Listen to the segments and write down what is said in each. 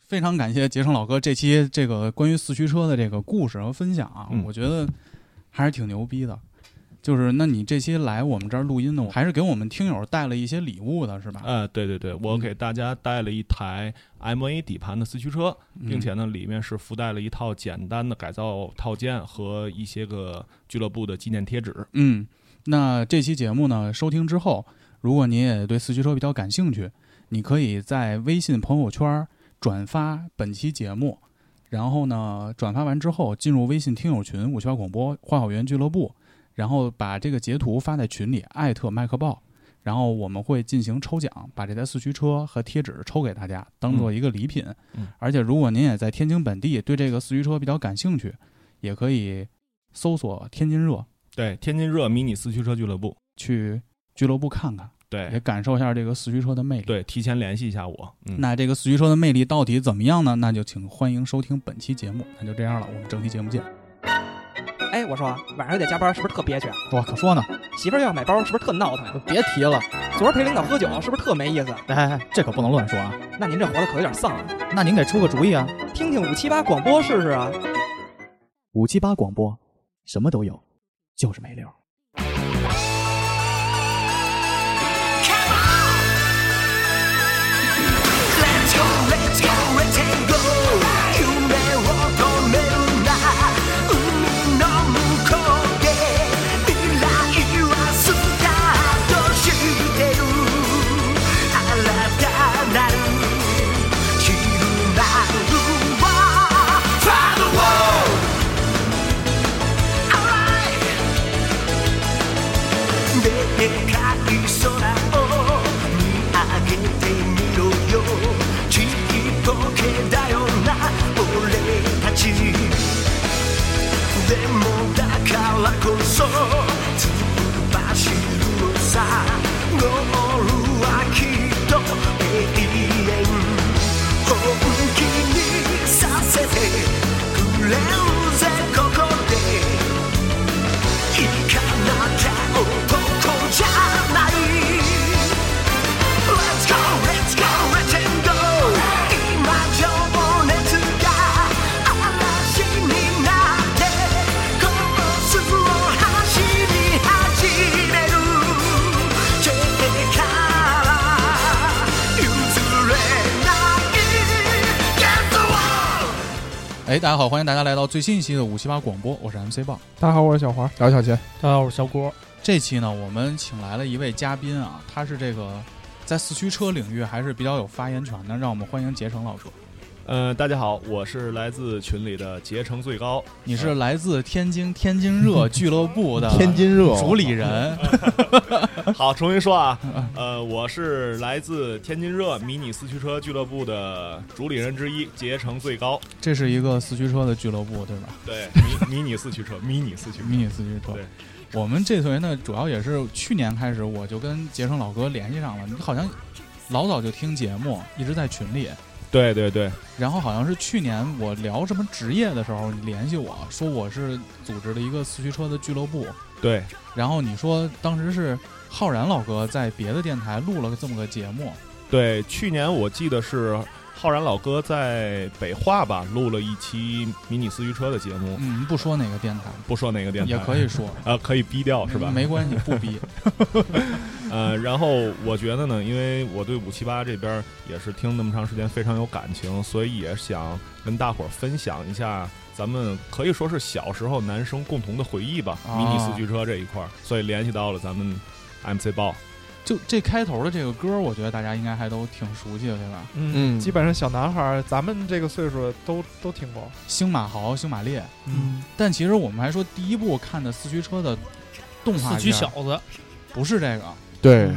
非常感谢杰成老哥这期这个关于四驱车的这个故事和分享啊，嗯我觉得还是挺牛逼的。就是，那你这期来我们这儿录音呢，我还是给我们听友带了一些礼物的，是吧？呃，对对对，嗯我给大家带了一台 MA 底盘的四驱车，嗯并且呢，里面是附带了一套简单的改造套件和一些个俱乐部的纪念贴纸。嗯，那这期节目呢，收听之后，如果你也对四驱车比较感兴趣，你可以在微信朋友圈转发本期节目，然后呢，转发完之后进入微信听友群“五七八广播花好园俱乐部”，然后把这个截图发在群里，艾特麦克豹。然后我们会进行抽奖，把这台四驱车和贴纸抽给大家，当做一个礼品。嗯而且，如果您也在天津本地对这个四驱车比较感兴趣，也可以搜索“天津热”，对，天津热迷你四驱车俱乐部。去俱乐部看看，也对感受一下这个四驱车的魅力。对，提前联系一下我。嗯，那这个四驱车的魅力到底怎么样呢？那就请欢迎收听本期节目。那就这样了，我们正期节目见。哎，我说晚上有点加班，是不是特憋屈啊？我可说呢，媳妇儿又要买包，是不是特闹腾呀？别提了，昨儿陪领导喝酒，是不是特没意思？哎哎，哎这可不能乱说啊！那您这活的可有点丧啊！那您给出个主意啊！听听五七八广播试试啊！五七八广播，什么都有，就是没溜。 Let's go, let's go, let's go 夢を止めるな海の向こうで未来はスタートしてる新たなるヒルナルは Find the world! Alright! でかい空を見上げてみろよちっぽけだよな俺たちでもだからこそ突っ走るのさゴールはきっと永遠本気にさせてくれるぜここで行かなきゃ男じゃない Let's go, let's go, let's go 今情熱が嵐になってコースを走り始める手から譲れない Get the wall 哎，大家好，欢迎大家来到最新一期的五七八广播，我是 MC 豹。大家好，我是小黄，姚小杰。大家好，我是小郭。这期呢，我们请来了一位嘉宾啊，他是这个在四驱车领域还是比较有发言权的，让我们欢迎杰成老哥。呃，大家好，我是来自群里的结成最高。你是来自天津天津 热俱乐部啊的天津热主理人，嗯哎好，重新说啊，嗯呃，我是来自天津热迷你四驱车俱乐部的主理人之一，结成最高。这是一个四驱车的俱乐部，对吧？对，迷迷你四驱车，迷你四驱车迷。你四驱车。对我们这回呢，主要也是去年开始，我就跟杰生老哥联系上了。你好像老早就听节目，一直在群里。对对对，然后好像是去年我聊什么职业的时候，你联系我说我是组织了一个四驱车的俱乐部。对然后你说当时是浩然老哥在别的电台录了这么个节目，对，去年我记得是浩然老哥在北化吧录了一期迷你四驱车的节目，嗯，不说哪个电台，不说哪个电台也可以说，啊、可以逼掉是吧？没关系，不逼。呃，然后我觉得呢，因为我对五七八这边也是听那么长时间非常有感情，所以也想跟大伙儿分享一下咱们可以说是小时候男生共同的回忆吧，啊迷你四驱车这一块儿，所以联系到了咱们 MC 豹。就这开头的这个歌，我觉得大家应该还都挺熟悉的，对吧？嗯基本上小男孩儿，咱们这个岁数都都听过。星马豪、星马烈，嗯，但其实我们还说第一部看的四驱车的动画片四驱小子，不是这个，嗯对，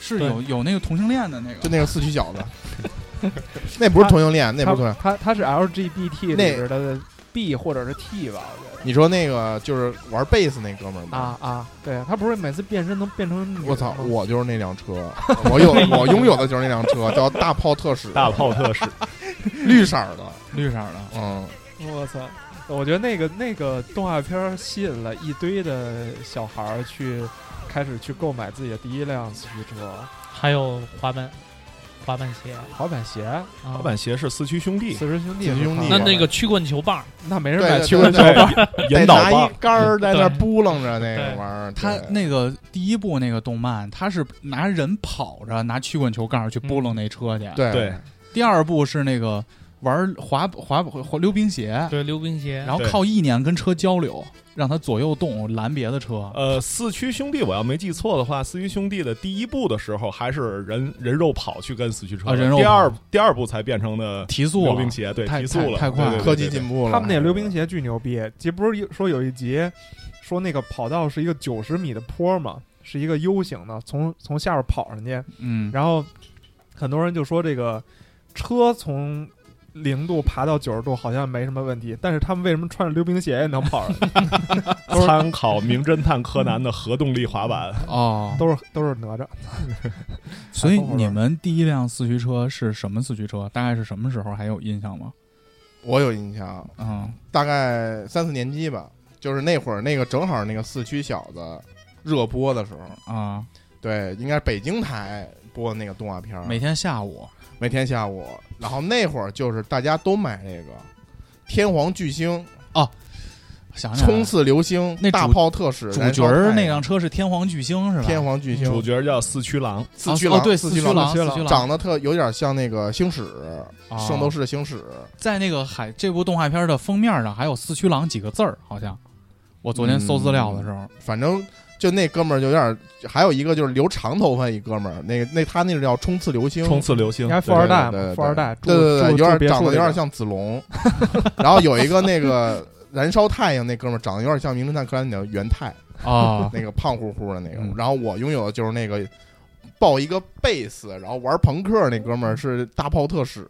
是对有有那个同性恋的那个，就那个四驱小子，那不是同性恋，那他不是同性恋。他他是 LGBT 里那边的 B 或者是 T 吧，我觉得。你说那个就是玩贝斯那哥们儿吗？啊嗯啊，对他不是每次变身能变成女的我操，吗我就是那辆车，我有我拥有的就是那辆车， 叫大炮特使，大炮特 啊使，绿色儿的，绿色的。嗯，我操！我觉得那个那个动画片儿吸引了一堆的小孩儿去开始去购买自己的第一辆四驱车，还有滑板，滑板鞋啊，滑板鞋，啊滑板鞋是四驱兄弟四十兄弟四是吧，十兄弟啊那那个曲棍球棒，那没人对买对曲棍球对棒，引导得拿棒一，杆儿在那儿对扑棱着那个对玩意儿，他对那个第一部那个动漫，他是拿人跑着拿曲棍球杠儿去嗯拨弄那车去。，对嗯对第二部是那个玩滑滑滑溜冰鞋，对，溜冰鞋，然后对靠意念跟车交流，让它左右动拦别的车。呃，四驱兄弟，我要没记错的话，四驱兄弟的第一部的时候还是人人肉跑去跟四驱车啊的，人肉第跑二第二部才变成的提速啊溜了冰鞋，对，太提速了，太太快了对对对科技对进步了。他们那溜冰鞋巨牛逼，这不是说有一集说那个跑道是一个九十米的坡嘛，是一个 U 型的，从从下边跑上去，嗯，然后很多人就说这个车从。零度爬到九十度好像没什么问题，但是他们为什么穿着溜冰鞋也能跑上去？都是参考《名侦探柯南》的核动力 滑板，哦，都是都是哪吒，所以你们第一辆四驱车是什么四驱车？大概是什么时候？还有印象吗？我有印象，嗯，大概三四年级吧，就是那会儿那个正好那个四驱小子热播的时候，啊，对，应该是北京台播的那个动画片儿，每天下午每天下午，然后那会儿就是大家都买那个天皇巨星想想冲刺流星那主大炮特使主燃角烧太儿阳那辆车是天皇巨星是吧？天皇巨星主角叫四驱狼，四驱哦狼哦对四驱驱狼四驱狼，长得特有点像那个星矢，哦圣斗士星矢。在那个海这部动画片的封面上还有“四驱狼”几个字儿，好像我昨天搜资料的时候，反正就那哥们儿就有点儿，还有一个就是留长头发一哥们儿，那个那他那个叫冲刺流星，冲刺流星应，该富对二对代对嘛，对富二代住对对住对，有点住别长墅里得有点边像子龙， 然后有一个那个燃烧太阳那哥们儿长得有点像名侦探柯南里的元太，啊， 那个胖乎乎的那个嗯。然后我拥有的就是那个抱一个贝斯，然后玩朋克那哥们儿是大炮特使。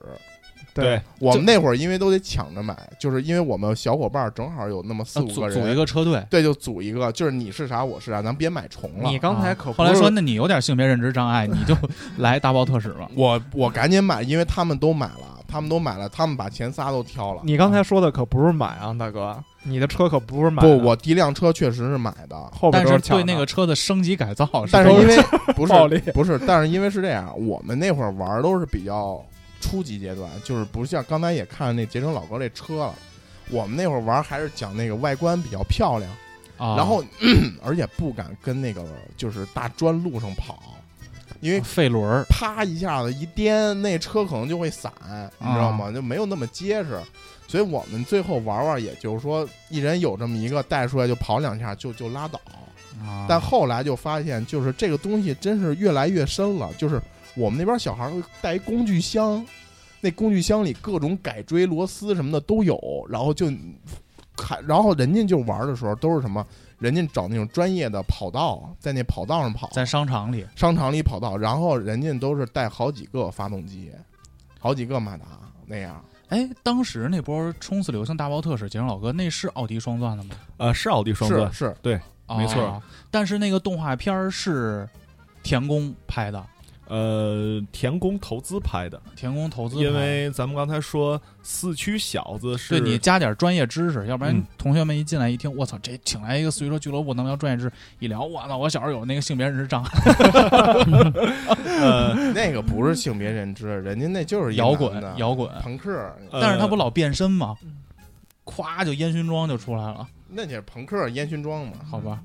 对，我们那会儿因为都得抢着买，就是因为我们小伙伴儿正好有那么四要五啊组个组一人，个车队。对，就组一个，就是你是啥我是啥，咱别买重了。你刚才啊可不后来是说，那你有点性别认知障碍，你就来大爆特使吧。我我赶紧买，因为他们都买了，他们都买了，他们把前仨都挑了。你刚才说的可不是买啊，大哥，你的车可不是买的。啊不，我第一辆车确实是买的，后但边都是抢对那个车的升级改造是，但是因为不暴是力不是，但是因为是这样，我们那会儿玩儿都是比较初级阶段，就是不像刚才也看那杰成老哥这车了。我们那会儿玩儿还是讲那个外观比较漂亮，啊然后 而且不敢跟那个就是大砖路上跑，因为哦费轮儿啪一下子一颠，那车可能就会散，你知道吗？就没有那么结实。所以我们最后玩玩，也就是说，一人有这么一个带出来就跑两下就就拉倒。啊，但后来就发现，就是这个东西真是越来越深了。就是我们那边小孩会带一工具箱，那工具箱里各种改锥、螺丝什么的都有，然后就还然后人家就玩的时候都是什么，人家找那种专业的跑道，在那跑道上跑，在商场里商场里跑道，然后人家都是带好几个发动机，好几个马达那样。哎，当时那波冲刺流星大爆特使，杰老哥，那是奥迪双钻的吗？呃，是奥迪双是钻，是，哦没错。但是那个动画片儿是田宫拍的，呃，田宫投资拍的，田宫投资拍的，因为咱们刚才说四驱小子是对你加点专业知识，要不然嗯同学们一进来一听，我操，这请来一个四驱车俱乐部，能聊专业知识，一聊，我操，我小时候有那个性别认知障 碍，呃，那个不是性别认知，人家那就是一摇男滚的，摇滚。朋克，呃嗯但是他不老变身吗？咵就烟熏妆就出来了，那就是朋克烟熏妆嘛。好吧？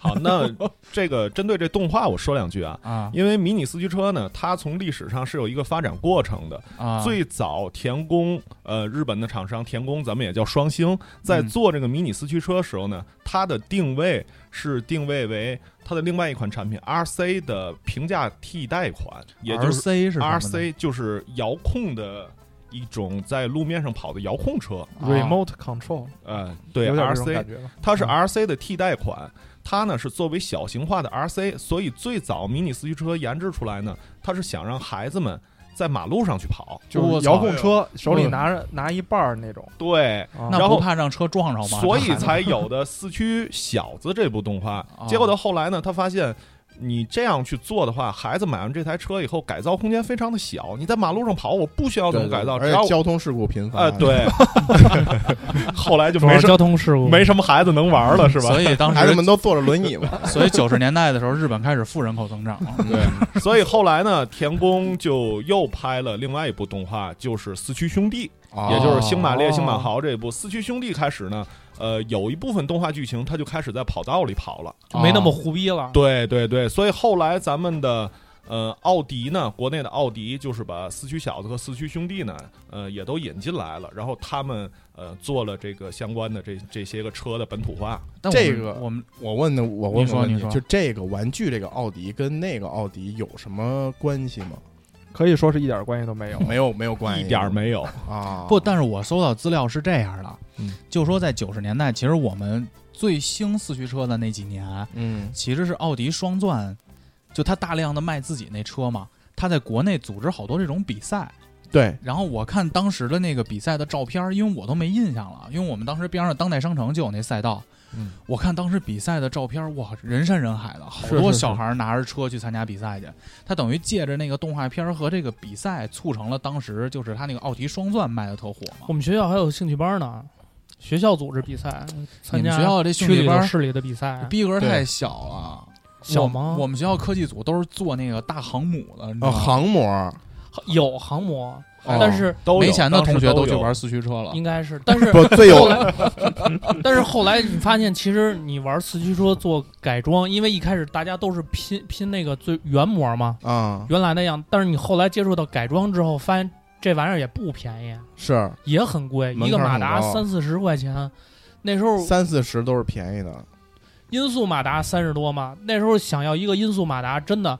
好，那这个针对这动画，我说两句啊。啊因为迷你四驱车呢，它从历史上是有一个发展过程的。啊，最早田宫，呃，日本的厂商田宫，咱们也叫双星，在嗯做这个迷你四驱车的时候呢，它的定位是定位为它的另外一款产品 RC 的平价替代款，也就是 RC 是什么呢 RC 就是遥控的一种在路面上跑的遥控车。哦 remote control，呃，对有点这，RC 种感觉了。它是嗯 RC 的替代款，它呢是作为小型化的 RC，所以最早迷你四驱车研制出来呢，它是想让孩子们在马路上去跑。就我是操遥控车，手里拿着拿一半儿那种，对，啊那然不后怕让车撞上吗？所这以孩子才有的四驱小子这部动画哦。结果到后来呢，他发现你这样去做的话，孩子买完这台车以后，改造空间非常的小。你在马路上跑，我不需要怎么改造，而只要且我交通事故频繁。啊，，对。 后来就主没要什么交通事故，没什么孩子能玩了，是吧？所以当孩子们时，都坐着轮 椅嘛。所以九十年代的时候，日本开始负人口增长了。嗯 对，所以后来呢，田宫就又拍了另外一部动画，就是《四驱兄弟》，也哦就是《星马烈》《星马豪》这一部。《四驱兄弟》开始呢，呃，有一部分动画剧情，它就开始在跑道里跑了。就没那哦么胡逼了。啊对对对，所以后来咱们的。呃，奥迪呢，国内的奥迪就是把四驱小子和四驱兄弟呢，呃，也都引进来了，然后他们呃做了这个相关的这这些个车的本土化。但我们这个我们我问的，我问你说问你说就这个玩具，这个奥迪跟那个奥迪有什么关系吗？可以说是一点关系都没有。没有，没有关系，一点儿没有，啊。不，但是我搜到资料是这样的，哦嗯就说在九十年代，其实我们最兴四驱车的那几年，嗯，其实是奥迪双钻，就它大量的卖自己那车嘛，它在国内组织好多这种比赛。对，然后我看当时的那个比赛的照片，因为我都没印象了，因为我们当时边上当代商城就有那赛道。嗯我看当时比赛的照片，哇，人山人海的，好是多是小孩拿着车去参加比赛去。他等于借着那个动画片儿和这个比赛，促成了当时就是他那个奥迪双钻卖的特火嘛我。们学校还有兴趣班呢，学校组织比赛，参你加们学校这兴区趣里班头、儿市里的比赛，逼格太小了。小我吗我们学校科技组都是做那个大航母的，你知道吗哎啊，航模 有航模，哦但是都有没钱的当时同学都去有玩四驱车了。应该是，但是不最有后来， 但是后来你发现，其实你玩四驱车做改装，因为一开始大家都是拼拼那个最原模嘛，啊，原来那样。但是你后来接触到改装之后，发现这玩意儿也不便宜，是也很贵，门槛一个马很达高三四十块钱。那时候三四十都是便宜的。音速马达三十多嘛，那时候想要一个音速马达，真的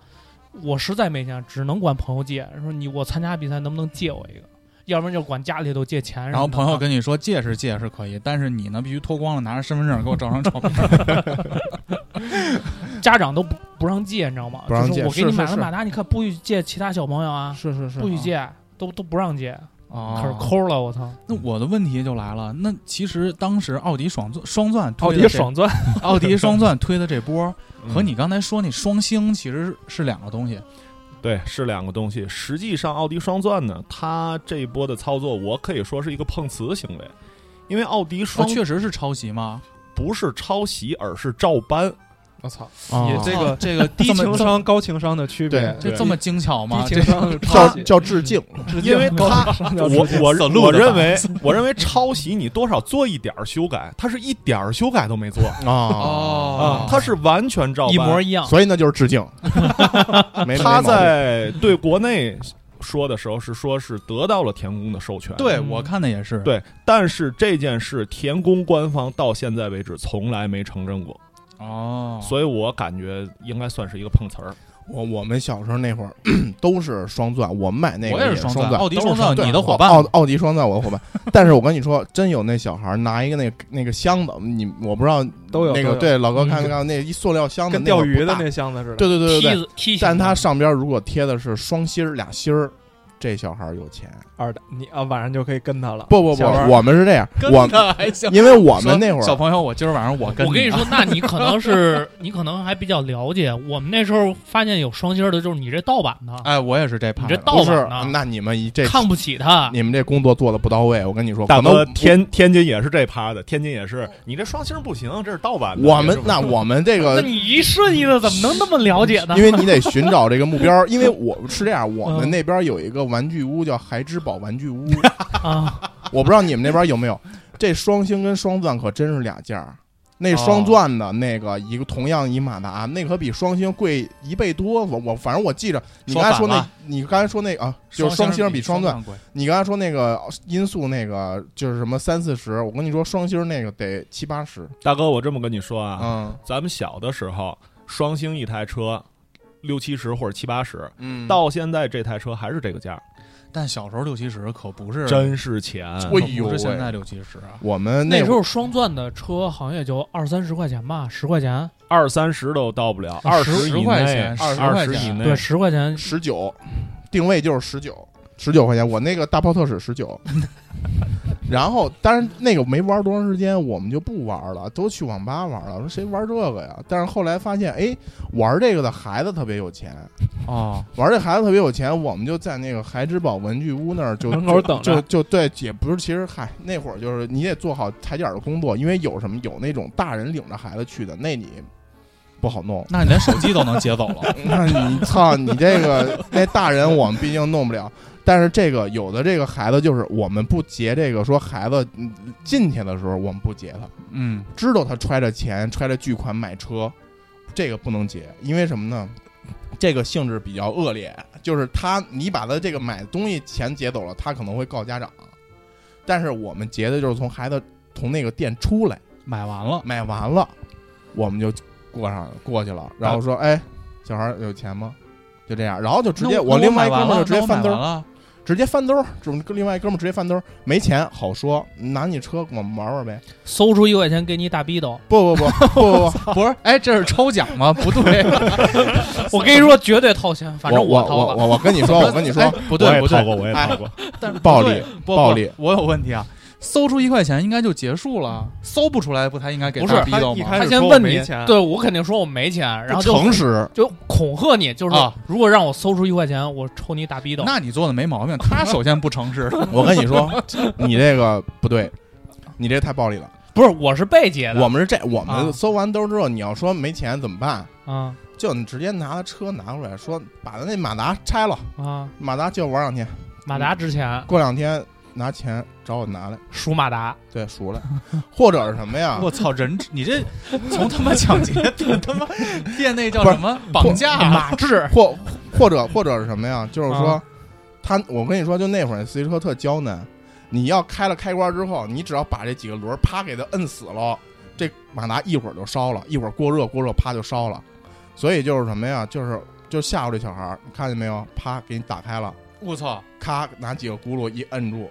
我实在没钱，只能管朋友借，说你我参加比赛能不能借我一个，要不然就管家里头借钱。然后朋友跟你说借是借是可以，但是你呢必须脱光了，拿着身份证给我照张照片。家长都不不让借，你知道吗？不让就是借我给你是买是是了马达，你可不许借其他小朋友啊，是是是啊不许借，都都不让借，可是 哦，抠了，我操！那我的问题就来了，那其实当时奥迪双钻双钻奥推的迪这爽钻， 奥迪双钻推的这 波，嗯和你刚才说那双星其实是两个东西。对，是两个东西。实际上，奥迪双钻呢，它这一波的操作，我可以说是一个碰瓷行为，因为奥迪哦，双确实是抄袭吗？不是抄袭，而是照搬。我操！哦啊这个这个低 这么情这么商、高情商的区别，就这么精巧吗？低这情商是叫超级叫致敬，因为它，我我走我路的认为， 我认为抄袭你多少做一点儿修改，它是一点儿修改都没做啊哦啊，它是完全照搬。一模一样。所以那就是致敬。没没他毛病在对国内说的时候是说是得到了田宫的授权，嗯对我看的也是。对，但是这件事田宫官方到现在为止从来没承认过。哦，所以我感觉应该算是一个碰瓷儿。我我们小时候那会儿 都是双钻，我们买那个我也是双钻，奥迪都是双钻，对你的伙伴奥奥迪双钻，我的伙伴。但是我跟你说，真有那小孩拿一个那个那个箱子，你我不知道都有那都有个对老哥嗯看没看到那一塑料箱子，跟钓鱼的那个那箱子似的。不大，对对对梯对对。子梯形的，但它上边如果贴的是双心儿俩心儿，这小孩有钱。二的，你啊晚上就可以跟他了。不不不小孩，儿我们是这样，我们的还行。因为我们说那会小儿朋友，我今儿晚上我跟我跟你你啊说，那你可能是你可能还比较了解。我们那时候发现有双星儿的，就是你这盗版的，哎，我也是这派你的。这盗不是版，的，那你们一这看不起他。你们这工作做的不到位，我跟你说，大可能哥，天天津也是这趴的，天津也是，嗯你这双星不行，这是盗版的。我这们是那我们这 那个你一瞬意的怎么能那么了解呢因？为你得寻找这个目标，因为我是这样，我们那边有一个玩具屋叫孩之宝玩具屋，啊，我不知道你们那边有没有。这双星跟双钻可真是俩价儿，那双钻的那个一个同样一马达，那可比双星贵一倍多。我我反正我记着，你刚才说说那反，你刚才说那啊，就是双双星星比比双钻，贵。你刚才说那个音速那个就是什么三四十，我跟你说双星那个得七八十，大哥，我这么跟你说啊，嗯咱们小的时候，双星一台车六七十或者七八十，嗯到现在这台车还是这个价儿，但小时候六七十可不是，真是钱。可哎不呦是喂现在六七十啊。我们那那时候双钻的车好像也就二三十块钱吧，十块钱，二三十都到不了，啊二十十以十块内钱，十二块十以钱内。对，十块钱十九，定位就是十九，十九块钱。我那个大炮特使十九，然后，当然那个没玩多长时间，我们就不玩了，都去网吧玩了。我说谁玩这个呀？但是后来发现，哎，玩这个的孩子特别有钱，哦，。玩这孩子特别有钱，我们就在那个孩之宝文具屋那儿就门口等就着就就对，也不是，其实嗨，那会儿就是你得做好踩点儿的工作，因为有什么有那种大人领着孩子去的，那你不好弄那你连手机都能劫走 了那你操，你这个 那大人我们毕竟弄不了。但是这个有的这个孩子就是我们不截这个，说孩子嗯进去的时候我们不截他，嗯，知道他揣着钱、揣着巨款买车，这个不能结，因为什么呢？这个性质比较恶劣，就是他你把他这个买东西钱劫走了，他可能会告家长。但是我们劫的就是从孩子从那个店出来，买完了，买完了，我们就过上过去了，然后说：“哎，小孩有钱吗？”就这样，然后就直接那我另外一哥那我买们完儿了就直接翻那兜儿我买，完了，直接翻兜儿，我们另外一哥们儿直接翻兜儿，没钱好说，拿你车我们玩玩呗。搜出一块钱给你一大逼斗。不不不 不不不，不是，哎，这是抽奖吗？不 对，我跟你说，绝对掏钱，反正我掏我了。我我跟你 说，哦我跟你说哎，不我对也不套对，过，我也套过。但是暴不对力不暴不力我有问题啊！搜出一块钱应该就结束了，搜不出来不才应该给不大是逼他斗一吗？开他始先说问我没你钱，对我肯定说我没钱，然后就诚实，就恐吓你，就是说啊如果让我搜出一块钱，我抽你一大逼斗。那你做的没毛病，他首先不诚 实，我跟你说，你这个不对，你这太暴力了。不是，我是被劫的。我们是这，我啊们搜完兜之后，你要说没钱怎么办？啊就你直接拿车拿过来说，把他那马达拆了，啊，马达借我玩两天，马达值钱，过两天拿钱找我拿来，数马达。对，赎了， 或者是什 么呀？我操，人你这从他妈抢劫 到他妈店内叫不什是么绑架 马志或或者或者是什么呀？就是说啊，他我跟你说，就那会儿自行车特娇嫩，你要开了开关之后，你只要把这几个轮儿啪给它摁死了，这马达一会儿就烧了，一会儿过热过热啪就烧了。所以就是什么呀？就是就吓唬这小孩儿，你看见没有？啪给你打开了，我操，咔拿几个轱辘一摁住，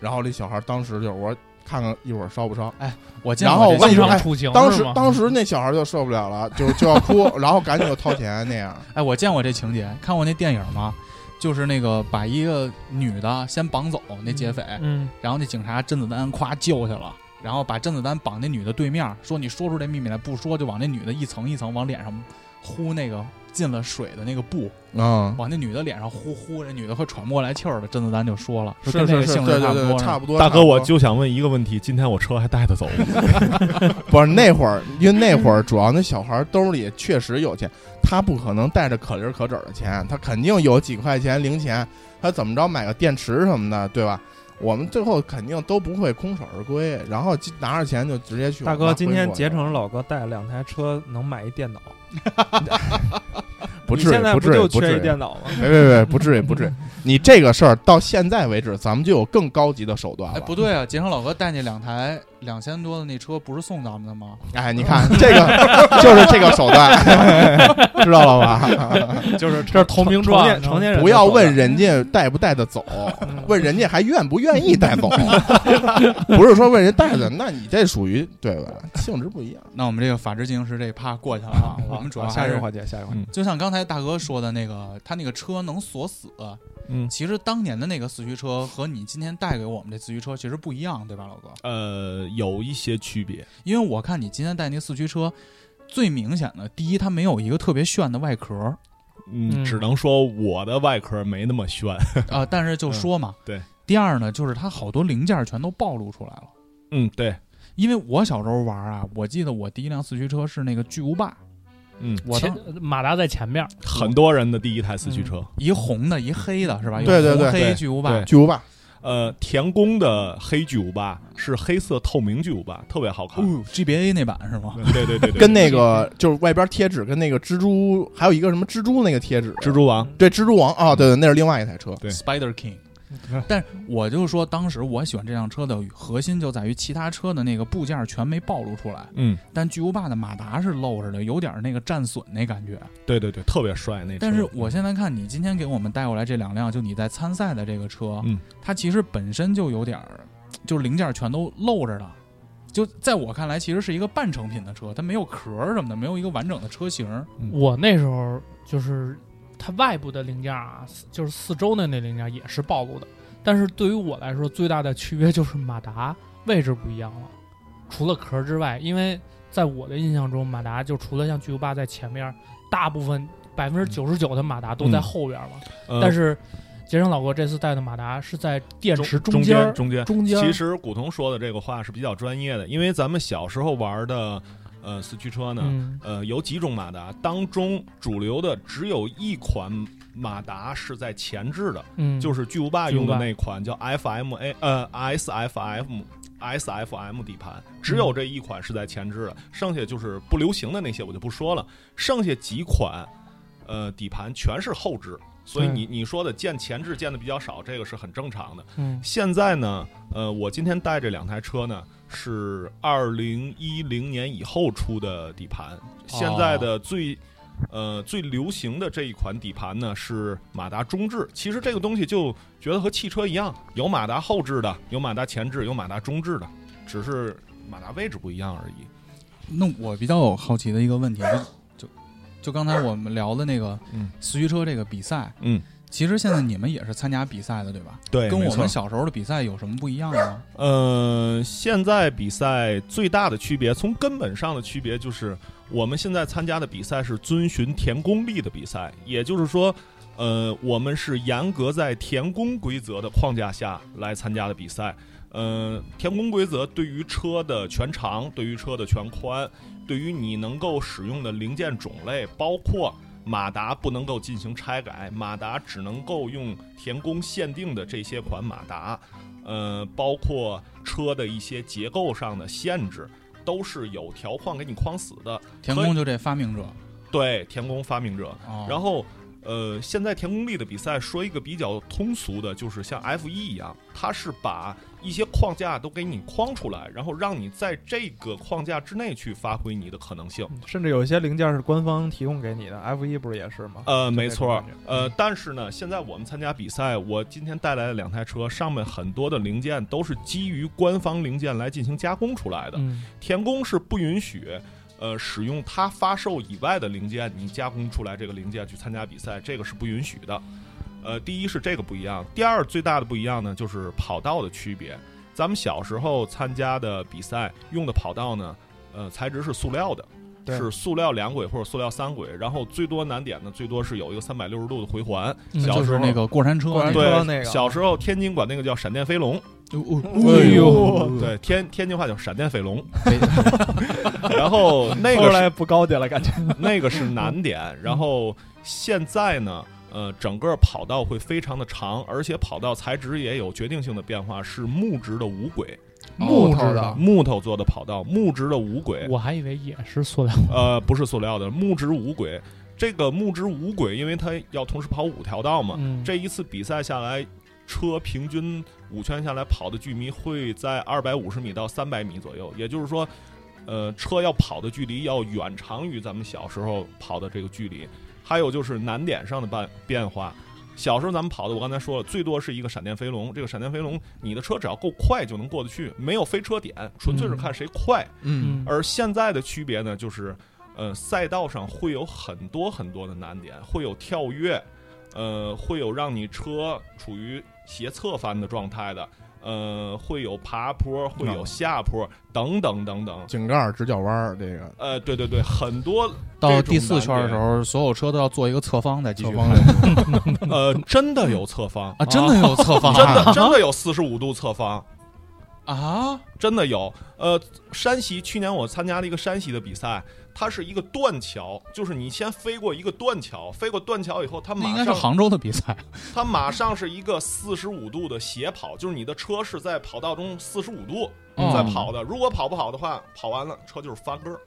然后这小孩儿当时就我说看看一会儿烧不烧。我见然过这后我跟当你说场哎处刑，当是时吗当时那小孩儿就受不了了，就就要哭， 然后赶紧就掏钱那样。哎，我见过这情节，看过那电影吗？就是那个把一个女的先绑走，那劫匪，嗯，然后那警察甄子丹夸救下了，然后把甄子丹绑那女的对面，说你说出这秘密来，不说就往那女的一层一层往脸上呼那个进了水的那个布，嗯，往那女的脸上呼呼，那女的快喘不过来气儿了。甄子丹就说了，说是跟那是个是，性对质对不对，多，差不多。大差哥，不我多就想问一个问题：今天我车还带得走吗？ 不是那会儿，因为那会儿主要那小孩兜里确实有钱，他不可能带着可零可整的钱，他肯定有几块钱零钱，他怎么着买个电池什么的，对吧？我们最后肯定都不会空手而归，然后就拿着钱就直接去。大哥，今天竭诚老哥带了两台车，能买一电脑？不你至于现，在不不至于，就缺不至一于，电脑吗？别别别，不至于，不至于。你这个事儿到现在为止，咱们就有更高级的手段了。哎，不对啊！杰成老哥带那两台两千多的那车，不是送咱们的吗？哎，你看这个 就是这个手段，知道了吧？就是这这是投名状成年成年人不要问人家带不带得走，问人家还愿不愿意带走， 不是说问人带的，那你这属于对吧？性质不一样。那我们这个法制进行时这一趴过去了 啊，我们主要下还一是个环节，下一个环节。就像刚才大哥说的那个，他那个车能锁死。嗯，其实当年的那个四驱车和你今天带给我们这四驱车其实不一样，对吧，老哥？呃，有一些区别。因为我看你今天带那四驱车，最明显的，第一，它没有一个特别炫的外壳 儿嗯嗯，只能说我的外壳没那么炫。啊、但是就说嘛，嗯对。第二呢，就是它好多零件儿全都暴露出来了。嗯，对，因为我小时候玩啊，我记得我第一辆四驱车是那个巨无霸，嗯，我前当马达在前面，很多人的第一台四驱嗯车，一红的，一黑的，是吧？有对对对红黑对巨无霸对巨无霸，呃，田宫的黑巨无霸是黑色透明巨无霸，特别好看。哦，GBA 那版是吗？对对对 对，跟那个就是外边贴纸跟那个蜘蛛，还有一个什么蜘蛛那个贴纸，蜘蛛王，对蜘蛛王啊、对对，那是另外一台车。对 Spider King。但是我就说，当时我喜欢这辆车的核心就在于其他车的那个部件全没暴露出来，嗯，但巨无霸的马达是露着的，有点那个战损那感觉。对对对，特别帅那车。但是我现在看你今天给我们带过来这两辆，就你在参赛的这个车，嗯它其实本身就有点儿，就是零件全都露着的。就在我看来，其实是一个半成品的车，它没有壳儿什么的，没有一个完整的车型。我那时候就是它外部的零件啊，四就是四周的那零件也是暴露的，但是对于我来说，最大的区别就是 马达位置不一样了，除了壳之外，因为在我的印象中，马达就除了像巨无霸在前面，大部分百分之九十九的马达都在嗯后边了。呃但是杰森老哥这次带的马达是在电池中间儿，中间中间儿其实古潼说的这个话是比较专业的，因为咱们小时候玩的呃四驱车呢，嗯，呃有几种马达，当中主流的只有一款马达是在前置的，嗯，就是巨无霸巨无用的霸那款叫 FMA 呃 SFM。SFM 底盘只有这一款是在前置的，剩下就是不流行的那些我就不说了。剩下几款，呃，底盘全是后置，所以对你你说的见前置见的比较少，这个是很正常的。嗯现在呢，呃，我今天带这两台车呢是二零一零年以后出的底盘，现在的最。呃，最流行的这一款底盘呢是马达中置。其实这个东西就觉得和汽车一样，有马达后置的，有马达前置，有马达中置的，只是马达位置不一样而已。那我比较好奇的一个问题，就就就刚才我们聊的那个嗯四驱车这个比赛，嗯，哎其实现在你们也是参加比赛的，对吧？对跟我们小时候的比赛有什么不一样吗？ 呃，现在比赛最大的区别，从根本上的区别就是，我们现在参加的比赛是遵循田宫力的比赛，也就是说，呃，我们是严格在田宫规则的框架下来参加的比赛。呃，田宫规则对于车的全长、对于车的全宽、对于你能够使用的零件种类，包括马达不能够进行拆改，马达只能够用田宫限定的这些款马达。呃，包括车的一些结构上的限制，都是有条框给你框死的。田宫就这发明者，对，田宫发明者。哦、然后，呃，现在田宫力的比赛，说一个比较通俗的，就是像 F 一一样，它是把一些框架都给你框出来，然后让你在这个框架之内去发挥你的可能性。甚至有一些零件是官方提供给你的，F 一不是也是吗？呃，就那没种错感觉，呃，但是呢，现在我们参加比赛，我今天带来的两台车上面很多的零件都是基于官方零件来进行加工出来的，嗯田工是不允许，呃，使用它发售以外的零件，你加工出来这个零件去参加比赛，这个是不允许的。呃，第一是这个不一样，第二最大的不一样呢，就是跑道的区别。咱们小时候参加的比赛用的跑道呢，呃，材质是塑料的，对是塑料两轨或者塑料三轨，然后最多难点呢，最多是有一个三百六十度的回环。嗯小就时是候那个过山车过山那车个，对，那个小时候天津管那个叫闪电飞龙，哦哎哎呦，哎呦，对，哎天天津话叫闪电飞龙。北然后那后个是来不高级了，感觉。那个是难点。然后现在呢，呃，整个跑道会非常的长，而且跑道材质也有决定性的变化，是木质的无轨，木头质啊的的，木头做的跑道，木质的无轨，我还以为也是塑料，呃，不是塑料的，木质无轨。这个木质无轨，因为它要同时跑五条道嘛，嗯，这一次比赛下来。车平均五圈下来跑的距离会在二百五十米到三百米左右，也就是说，呃，车要跑的距离要远长于咱们小时候跑的这个距离。还有就是难点上的变变化，小时候咱们跑的，我刚才说了，最多是一个闪电飞龙。这个闪电飞龙，你的车只要够快就能过得去，没有飞车点，纯粹是看谁快。嗯，嗯而现在的区别呢，就是，呃，赛道上会有很多很多的难点，会有跳跃，呃，会有让你车处于斜侧翻的状态的，呃，会有爬坡，会嗯有下坡，等等等等。井盖儿直角弯儿这个。呃，对对对，很多到第四圈的时候，所有车都要做一个侧方再继续侧开这方种难点，呃，真的有侧方啊，真的有侧方啊， 真的真的有四十五度侧方，啊，真的有。呃，山西去年我参加了一个山西的比赛，它是一个断桥，就是你先飞过一个断桥，飞过断桥以后，它那应马该是上杭州的比赛，它马上是一个四十五度的斜跑，就是你的车是在跑道中四十五度嗯哦在跑的。如果跑不好的话，跑完了车就是翻个儿，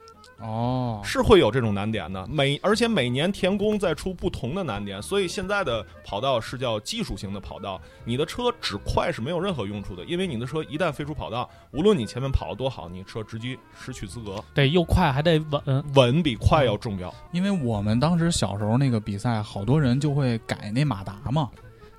哦，是会有这种难点的。每而且每年田工在出不同的难点，所以现在的跑道是叫技术型的跑道。你的车只快是没有任何用处的，因为你的车一旦飞出跑道，无论你前面跑得多好，你车直接失去资格。得又快还得稳，稳比快要重要。因为我们当时小时候那个比赛，好多人就会改那马达嘛，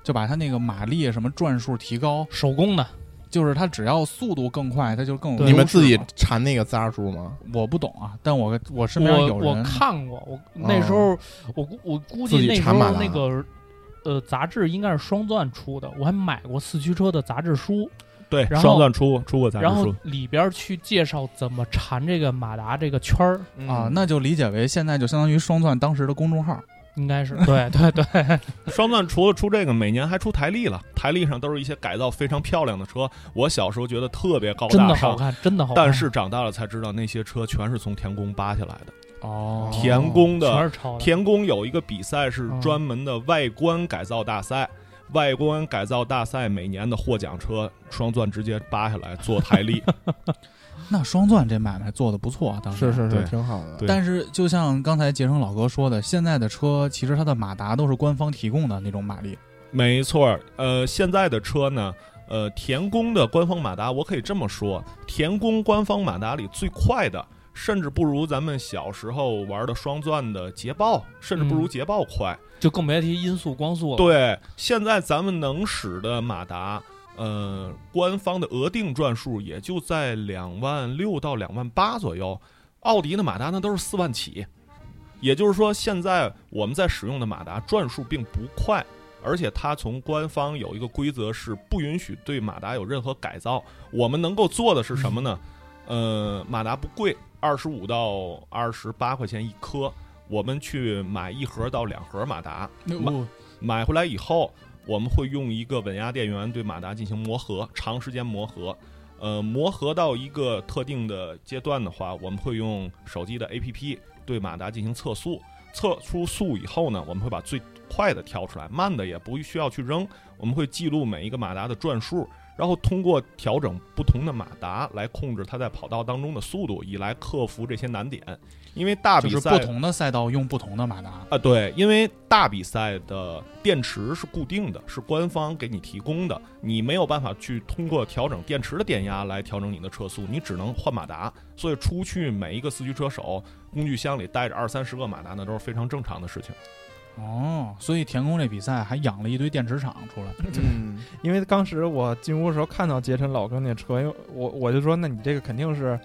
就把它那个马力什么转数提高，手工的，就是它只要速度更快，它就更有对你们优势自己嘛缠那个匝数吗？我不懂啊，但我我身边我有我人看过，我那时候、我估我估自计己那时缠马候达那个呃杂志应该是双钻出的，我还买过四驱车的杂志书，对，然后双钻出出过杂志然后书，里边儿去介绍怎么缠这个马达这个圈儿，啊，嗯那就理解为现在就相当于双钻当时的公众号。应该是对对对，双钻除了出这个，每年还出台历了，台历上都是一些改造非常漂亮的车。我小时候觉得特别高真大的好上，看，真的好看，但是长大了才知道那些车全是从田工扒下来的。哦田工的全是哦抄的，田工有一个比赛是专门的外观改造大赛，外观改造大赛每年的获奖车双钻直接扒下来做台历。那双钻这买卖做的不错，啊当时是。是对是，挺好的。对但是就像刚才杰成老哥说的，现在的车其实它的马达都是官方提供的那种马力。没错儿，呃，现在的车呢，呃，田宫的官方马达，我可以这么说，田宫官方马达里最快的，甚至不如咱们小时候玩的双钻的捷豹，甚至不如嗯捷豹快。就更别提音速光速了。对，现在咱们能使的马达，呃，官方的额定转数也就在两万六到两万八左右，奥迪的马达那都是四万起。也就是说，现在我们在使用的马达转数并不快，而且它从官方有一个规则是不允许对马达有任何改造。我们能够做的是什么呢？呃，马达不贵，二十五到二十八块钱一颗。我们去买一盒到两盒马达，我买回来以后，我们会用一个稳压电源对马达进行磨合，长时间磨合。呃，磨合到一个特定的阶段的话，我们会用手机的 APP 对马达进行测速。测出速以后呢，我们会把最快的挑出来，慢的也不需要去扔。我们会记录每一个马达的转数，然后通过调整不同的马达来控制它在跑道当中的速度，以来克服这些难点。因为大就比是赛不同的赛道用不同的马达。啊，对，因为大比赛的电池是固定的，是官方给你提供的，你没有办法去通过调整电池的电压来调整你的车速，你只能换马达。所以出去每一个四驱车手工具箱里带着二三十个马达，那都是非常正常的事情。哦，所以田宫这比赛还养了一堆电池厂出来。嗯，因为当时我进屋的时候看到杰晨老哥那车，因为我我就说，那你这个肯定是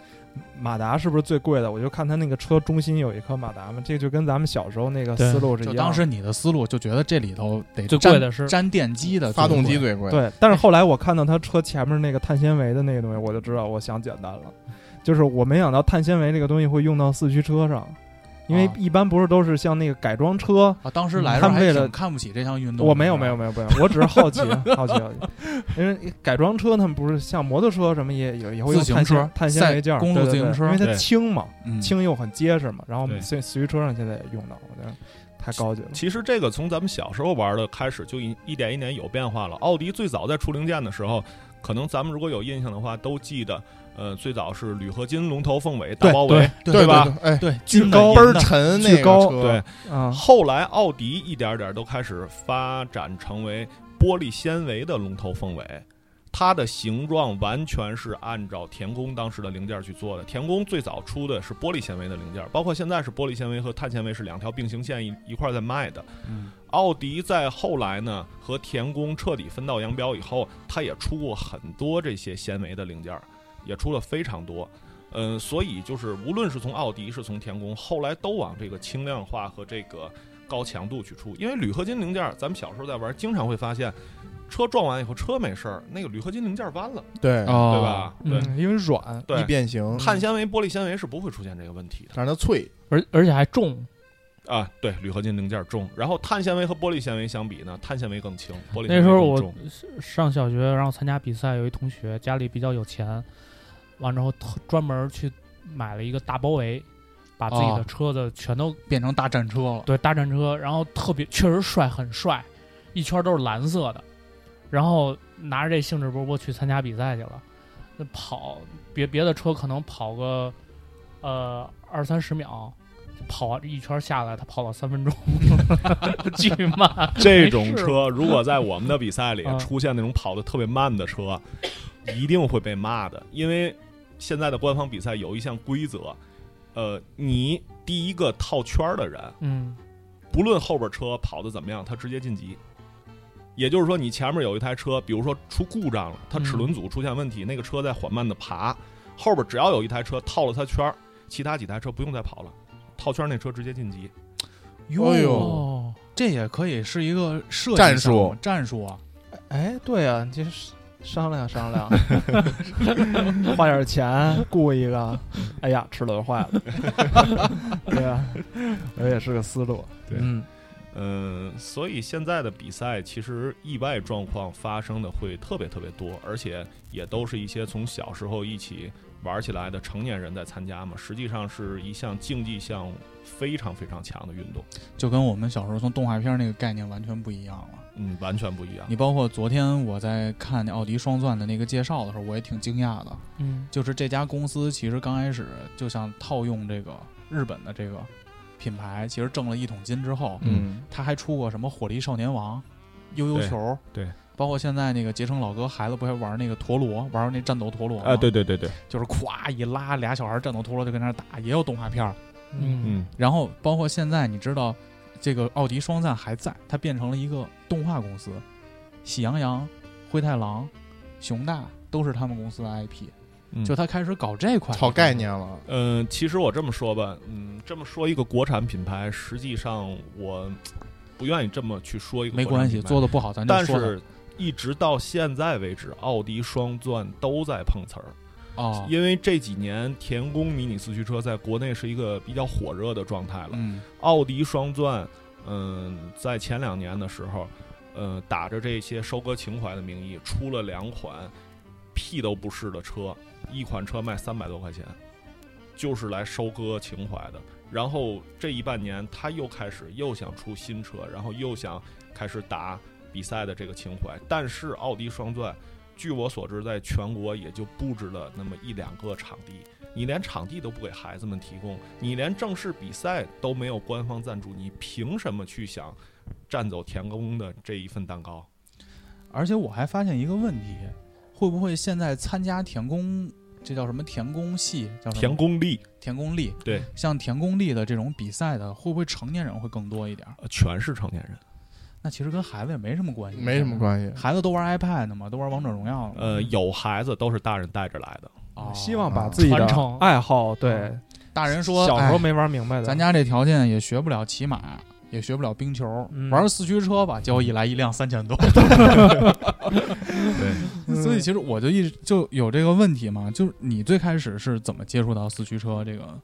马达是不是最贵的？我就看他那个车中心有一颗马达嘛，这就跟咱们小时候那个对思路是一就样的。当时你的思路就觉得这里头得最沾贵的是沾电机的发动机最贵最贵。对，但是后来我看到他车前面那个碳纤维的那个东西，我就知道我想简单了，就是我没想到碳纤维这个东西会用到四驱车上，因为啊一般不是都是像那个改装车，啊，当时来的时嗯他候们还为了挺看不起这项运动。我没有是吧没有没有没有，我只是好奇 好奇好奇，因为改装车他们不是像摩托车什么也也也会用自行碳纤车碳纤维件赛儿，公路对对自行对车因为它对轻嘛，嗯轻又很结实嘛，然后我们对四四驱车上现在也用到，我觉得太高级了。其实这个从咱们小时候玩的开始，就一一点一点有变化了。奥迪最早在出零件的时候，可能咱们如果有印象的话，都记得，呃，最早是铝合金龙头凤尾大对包围，对对吧？？哎，对，巨金的高银倍儿的沉那巨个高车，对， 啊，后来奥迪一点点都开始发展成为玻璃纤维的龙头凤尾，它的形状完全是按照田宫当时的零件去做的。田宫最早出的是玻璃纤维的零件，包括现在是玻璃纤维和碳纤维是两条并行线一一块儿在卖的。嗯奥迪在后来呢和田宫彻底分道扬镳以后，它也出过很多这些纤维的零件儿，也出了非常多。嗯，所以就是无论是从奥迪是从田宫，后来都往这个轻量化和这个高强度去出，因为铝合金零件儿，咱们小时候在玩，经常会发现，车撞完以后车没事儿，那个铝合金零件儿弯了，对，哦对？吧？对嗯嗯，因为软，易啊对，变形，碳纤维、玻璃纤维是不会出现这个问题的。但是它脆，而而且还重，啊，对，铝合金零件重，然后碳纤维和玻璃纤维相比呢，碳纤维更轻，玻璃纤维那时候更我重上小学，然后参加比赛，有一同学家里比较有钱，完之后特专门去买了一个大包围，把自己的哦车子全都、变成大战车了。对大战车，然后特别确实帅，很帅，一圈都是蓝色的，然后拿着这兴致勃勃去参加比赛去了。那跑别别的车可能跑个呃二三十秒，跑完一圈下来，他跑了三分钟， 巨慢。这种 没事车如果在我们的比赛里啊出现那种跑得特别慢的车，一定会被骂的，因为现在的官方比赛有一项规则，呃，你第一个套圈儿的人，嗯，不论后边车跑得怎么样，它直接晋级。也就是说，你前面有一台车，比如说出故障了，它齿轮组出现问题，那个车在缓慢的爬，后边只要有一台车套了它圈儿，其他几台车不用再跑了，套圈儿那车直接晋级。哟哎呦哦，这也可以是一个设计战项目术战术啊。哎，对啊，你这是商量 商量，花点钱雇一个，哎呀，吃了就坏了，对啊，我也是个思路，对嗯，嗯，所以现在的比赛其实意外状况发生的会特别特别多，而且也都是一些从小时候一起玩起来的成年人在参加嘛，实际上是一项竞技项目非常非常强的运动，就跟我们小时候从动画片那个概念完全不一样了。嗯，完全不一样你。包括昨天我在看那奥迪双钻的那个介绍的时候，我也挺惊讶的。嗯，就是这家公司其实刚开始就想套用这个日本的这个品牌，其实挣了一桶金之后，嗯，他还出过什么火力少年王、悠悠对球，对包括现在那个杰成老哥孩子不还玩那个陀螺，玩那战斗陀螺吗啊，对，对对对，就是咵一拉，俩小孩战斗陀螺就跟那儿打，也有动画片儿。嗯嗯，然后包括现在，你知道这个奥迪双钻还在，它变成了一个动画公司，喜羊羊、灰太狼、熊大都是他们公司的 IP，、嗯就他开始搞这块炒概。念了。嗯，其实我这么说吧，嗯，这么说一个国产品牌，实际上我不愿意这么去说一个没国产关系，品牌做的不好咱就但说了是一直到现在为止，奥迪双钻都在碰瓷儿。哦，因为这几年田宫迷你四驱车在国内是一个比较火热的状态了。嗯，奥迪双钻，嗯，在前两年的时候，呃，打着这些收割情怀的名义，出了两款屁都不是的车，一款车卖三百多块钱，就是来收割情怀的。然后这一半年，他又开始又想出新车，然后又想开始打比赛的这个情怀。但是奥迪双钻，据我所知，在全国也就布置了那么一两个场地，你连场地都不给孩子们提供，你连正式比赛都没有官方赞助，你凭什么去想占走田宫的这一份蛋糕？而且我还发现一个问题，会不会现在参加田宫这叫什么田宫系叫什么田宫力田宫力对，像田宫力的这种比赛的，会不会成年人会更多一点儿？呃全是成年人。那其实跟孩子也没什么关系，没什么关系，孩子都玩 iPad 呢嘛，都玩王者荣耀呢嘛。呃，有孩子都是大人带着来的。哦嗯希望把自己传的承爱好，对，大人说，小时候哎没玩明白的，咱家这条件也学不了骑马，也学不了冰球，嗯玩四驱车吧，结果一来一辆三千多。嗯所以其实我就一直就有这个问题嘛，就是你最开始是怎么接触到四驱车这个？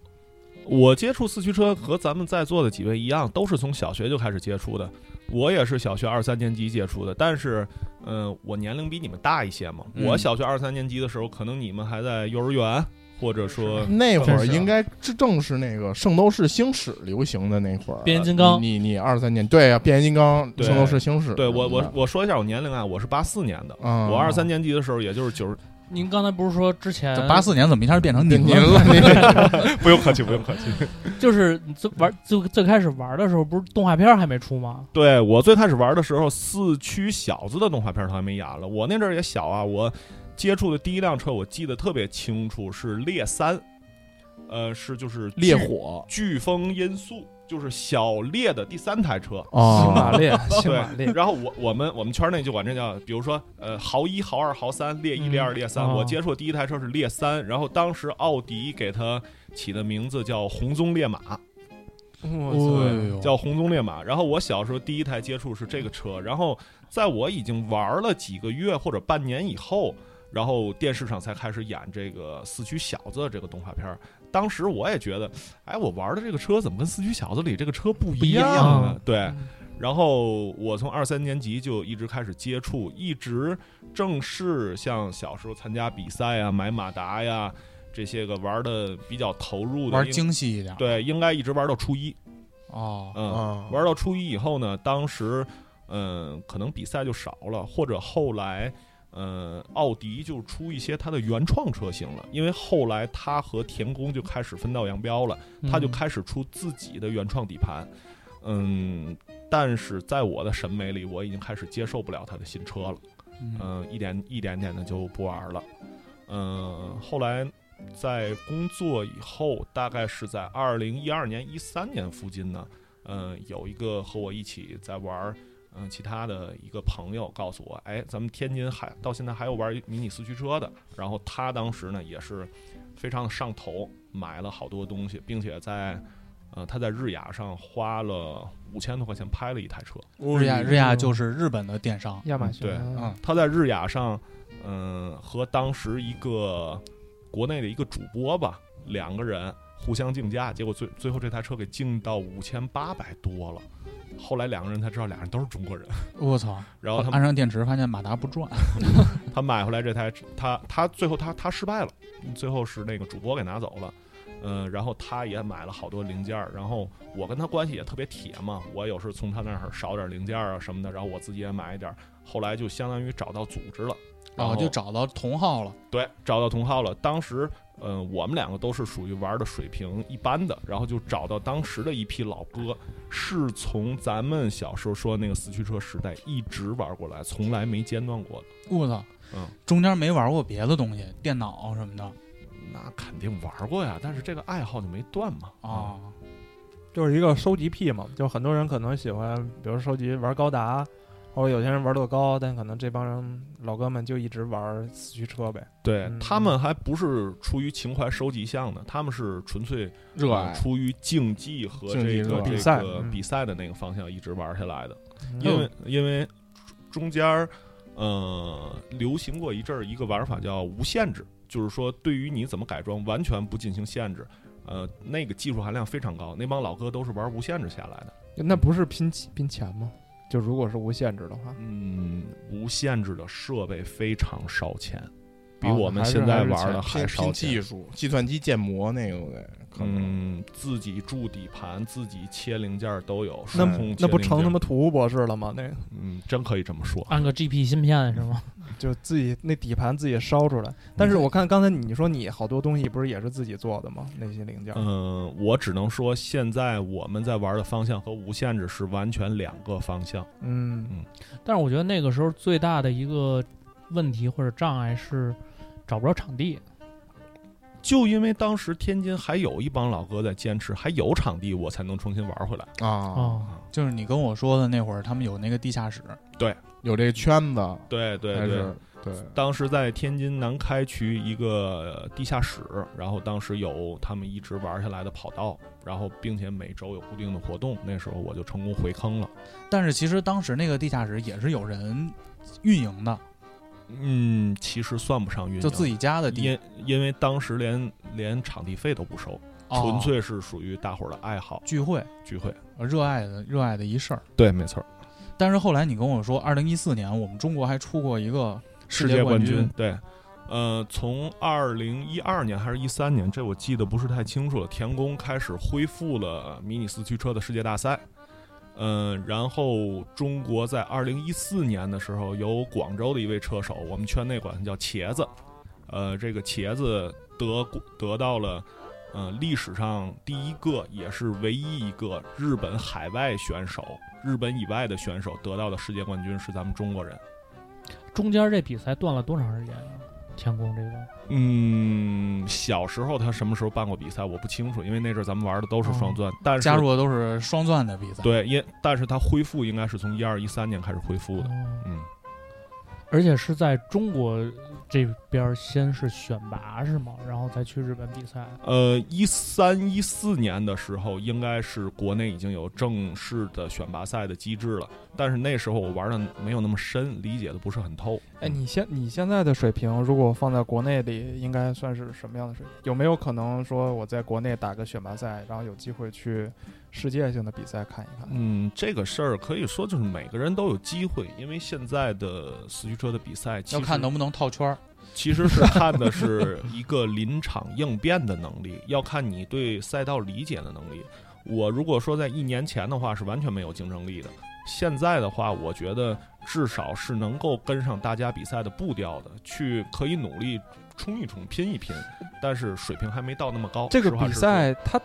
我接触四驱车和咱们在座的几位一样，都是从小学就开始接触的。我也是小学二三年级接触的，但是，嗯、我年龄比你们大一些嘛。嗯我小学二三年级的时候，可能你们还在幼儿园，或者说那会儿真是应该正正是那个《圣斗士星矢》流行的那会儿。变形金刚你你你二三年对啊，变形金刚、对圣斗士星矢。对我我我说一下我年龄啊，我是八四年的，嗯我二三年级的时候也就是九十，您刚才不是说之前八四年怎么一下就变成您呃您您了， 您不用客气，不用客气。就是你最玩最最开始玩的时候，不是动画片还没出吗？ 对我最开始玩的时候，四驱小子的动画片都还没演了，我那阵儿也小啊，我接触的第一辆车我记得特别清楚，是猎三，呃，是就是飓烈火飓风音速，就是小烈的第三台车。新啊马列，新对马列，然后我我们我们圈内就管这叫，比如说呃豪一、豪二、豪三、烈一、烈二、嗯烈三。哦我接触的第一台车是烈三，然后当时奥迪给它起的名字叫红棕烈马，我操叫红棕烈马。然后我小时候第一台接触是这个车，然后在我已经玩了几个月或者半年以后，然后电视上才开始演这个《四驱小子》这个动画片儿。当时我也觉得，哎，我玩的这个车怎么跟《四驱小子》里这个车不一不一样样呢啊？对。然后我从二三年级就一直开始接触，一直正式像小时候参加比赛啊、买马达呀这些个玩的比较投入的，玩应精细一点。对，应该一直玩到初一，哦，嗯，啊！玩到初一以后呢，当时嗯，可能比赛就少了，或者后来嗯，奥迪就出一些它的原创车型了，因为后来它和田宫就开始分道扬镳了，它嗯就开始出自己的原创底盘。嗯，但是在我的审美里，我已经开始接受不了它的新车了。嗯，嗯，一点一点点的就不玩了。嗯，后来在工作以后，大概是在二零一二年、一三年附近呢，嗯，有一个和我一起在玩儿，嗯，其他的一个朋友告诉我，哎，咱们天津还到现在还有玩迷你四驱车的。然后他当时呢也是非常的上头，买了好多东西，并且在呃，他在日亚上花了五千多块钱拍了一台车。日亚日亚就是日本的电商，亚马逊对啊嗯，他在日亚上，嗯、和当时一个国内的一个主播吧，两个人互相竞价，结果最最后这台车给竞到五千八百多了。后来两个人才知道，俩人都是中国人。 我操！然后他安上电池，发现马达不转，他买回来这台，他他最后他他失败了，最后是那个主播给拿走了。嗯，然后他也买了好多零件儿，然后我跟他关系也特别铁嘛，我有时从他那儿少点零件儿啊什么的，然后我自己也买一点儿，后来就相当于找到组织了，然然后哦后就找到同号了。对，找到同号了。当时，呃，我们两个都是属于玩的水平一般的，然后就找到当时的一批老哥，是从咱们小时候说那个四驱车时代一直玩过来，从来没间断过的。我操！嗯，中间没玩过别的东西，电脑什么的那肯定玩过呀，但是这个爱好就没断嘛。啊，就是一个收集癖嘛，就很多人可能喜欢，比如收集玩高达，或者有些人玩乐高，但可能这帮人老哥们就一直玩四驱车呗。对、嗯他们还不是出于情怀收集项的，他们是纯粹热呃出于竞技和竞技这热个爱这比赛个嗯比赛的那个方向一直玩下来的。嗯因为因为中间儿，呃，流行过一阵儿一个玩法叫无限制，就是说对于你怎么改装完全不进行限制，呃，那个技术含量非常高，那帮老哥都是玩无限制下来的。那不是拼钱拼钱吗？就如果是无限制的话，嗯，无限制的设备非常烧钱，比哦我那们还是现在还是玩钱的还烧拼钱技。术，计算机建模那个我得可能。嗯，自己铸底盘，自己切零件儿都有，那数控切那不零成件他儿妈土屋博士了吗？那个嗯，真可以这么说。安个 GP 芯片是吗？ 就自己那底盘自己烧出来。但是我看刚才你说你好多东西不是也是自己做的吗？那些零件，嗯，我只能说，现在我们在玩的方向和无限制是完全两个方向。嗯但是我觉得那个时候最大的一个问题或者障碍是找不着场地，就因为当时天津还有一帮老哥在坚持，还有场地，我才能重新玩回来。啊，哦，就是你跟我说的那会儿，他们有那个地下室，有这圈子对对还对是，对，当时在天津南开区一个地下室，然后当时有他们一直玩下来的跑道，然后并且每周有固定的活动，那时候我就成功回坑了。但是其实当时那个地下室也是有人运营的，嗯，其实算不上运营，就自己家的地，因因为当时连连场地费都不收。哦纯粹是属于大伙儿的爱好聚会，呃聚会。热爱的热爱的一事儿。对，没错，但是后来你跟我说，二零一四年我们中国还出过一个世界界冠冠军。对，呃，从二零一二年还是一三年，这我记得不是太清楚了。田宫开始恢复了迷你四驱车的世界大赛。嗯、然后中国在二零一四年的时候，由广州的一位车手，我们圈内管他叫茄子，呃，这个茄子得过得到了，呃，历史上第一个也是唯一一个日本海外选手，日本以外的选手得到的世界冠军是咱们中国人。中间这比赛断了多长时间啊？天宫这个嗯，小时候他什么时候办过比赛我不清楚，因为那阵儿咱们玩的都是双钻，但是哦加入的都是双钻的比赛。对，因但是他恢复应该是从一二一三年开始恢复的，哦嗯，而且是在中国这边儿先是选拔是吗？然后再去日本比赛。呃，一三一四年的时候应该是国内已经有正式的选拔赛的机制了，但是那时候我玩的没有那么深，理解的不是很透。哎，你现你现在的水平，如果放在国内里，应该算是什么样的水平？有没有可能说我在国内打个选拔赛，然后有机会去世界性的比赛看一看？嗯，这个事儿可以说就是每个人都有机会，因为现在的四驱车的比赛其要看实能不能套圈儿。其实是看的是一个临场应变的能力，要看你对赛道理解的能力。我如果说在一年前的话，是完全没有竞争力的。现在的话，我觉得至少是能够跟上大家比赛的步调的，去可以努力冲一冲、拼一拼，但是水平还没到那么高。这个实话比实说赛它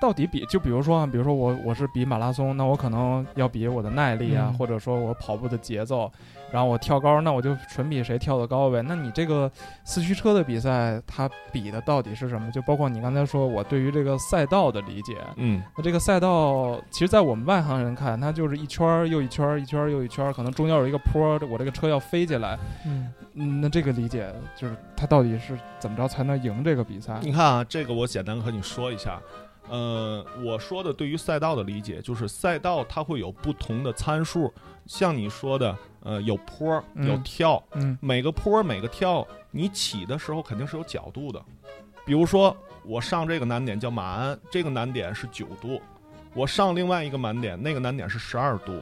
到底比，就比如说啊，比如说我我是比马拉松，那我可能要比我的耐力啊，嗯或者说我跑步的节奏，然后我跳高，那我就纯比谁跳得高呗。那你这个四驱车的比赛，它比的到底是什么？就包括你刚才说我对于这个赛道的理解，嗯，那这个赛道，其实，在我们外行人看，它就是一圈儿又一圈儿，一圈儿又一圈儿，可能中间有一个坡，我这个车要飞起来。嗯，嗯，那这个理解就是，它到底是怎么着才能赢这个比赛？你看啊，这个我简单和你说一下。呃，我说的对于赛道的理解就是赛道它会有不同的参数，像你说的，呃，有坡儿有嗯跳，嗯每个坡儿每个跳，你起的时候肯定是有角度的。比如说，我上这个难点叫马鞍，这个难点是九度；我上另外一个难点，那个难点是十二度；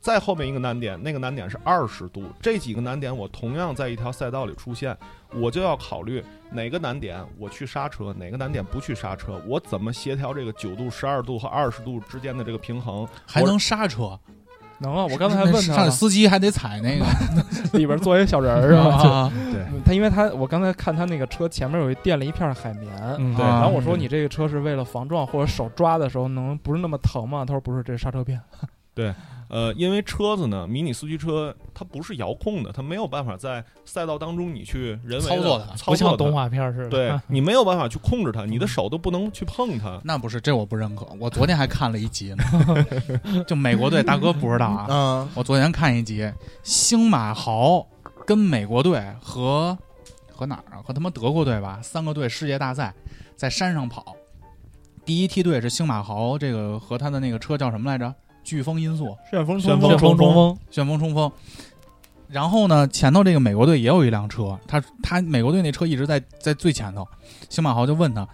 再后面一个难点，那个难点是二十度。这几个难点我同样在一条赛道里出现，我就要考虑哪个难点我去刹车，哪个难点不去刹车，我怎么协调这个九度、十二度和二十度之间的这个平衡。还能刹车？能啊，我刚才还问他上了司机还得踩 那个，里边坐一小人 儿是吧？啊就他因为他我刚才看他那个车前面有一垫了一片海绵，嗯，对然啊后我说你这个车是为了防撞或者手抓的时候能不是那么疼吗？他说不是，这是刹车片。呃，因为车子呢，迷你四驱车它不是遥控的，它没有办法在赛道当中你去人为操作它它，操不像作动它。画片似的。啊对你没有办法去控制它，你嗯的手都不能去碰它。那不是，这我不认可。我昨天还看了一集呢， 就美国队，大哥不知道啊。嗯，我昨天看一集，星马豪跟美国队和和哪儿啊？和他妈德国队吧，三个队世界大赛在山上跑。第一梯队是星马豪，这个和他的那个车叫什么来着？飓风音速，旋风冲锋旋风冲冲锋，旋风冲锋。然后呢，前头这个美国队也有一辆车，他他美国队那车一直在在最前头。星马豪就问他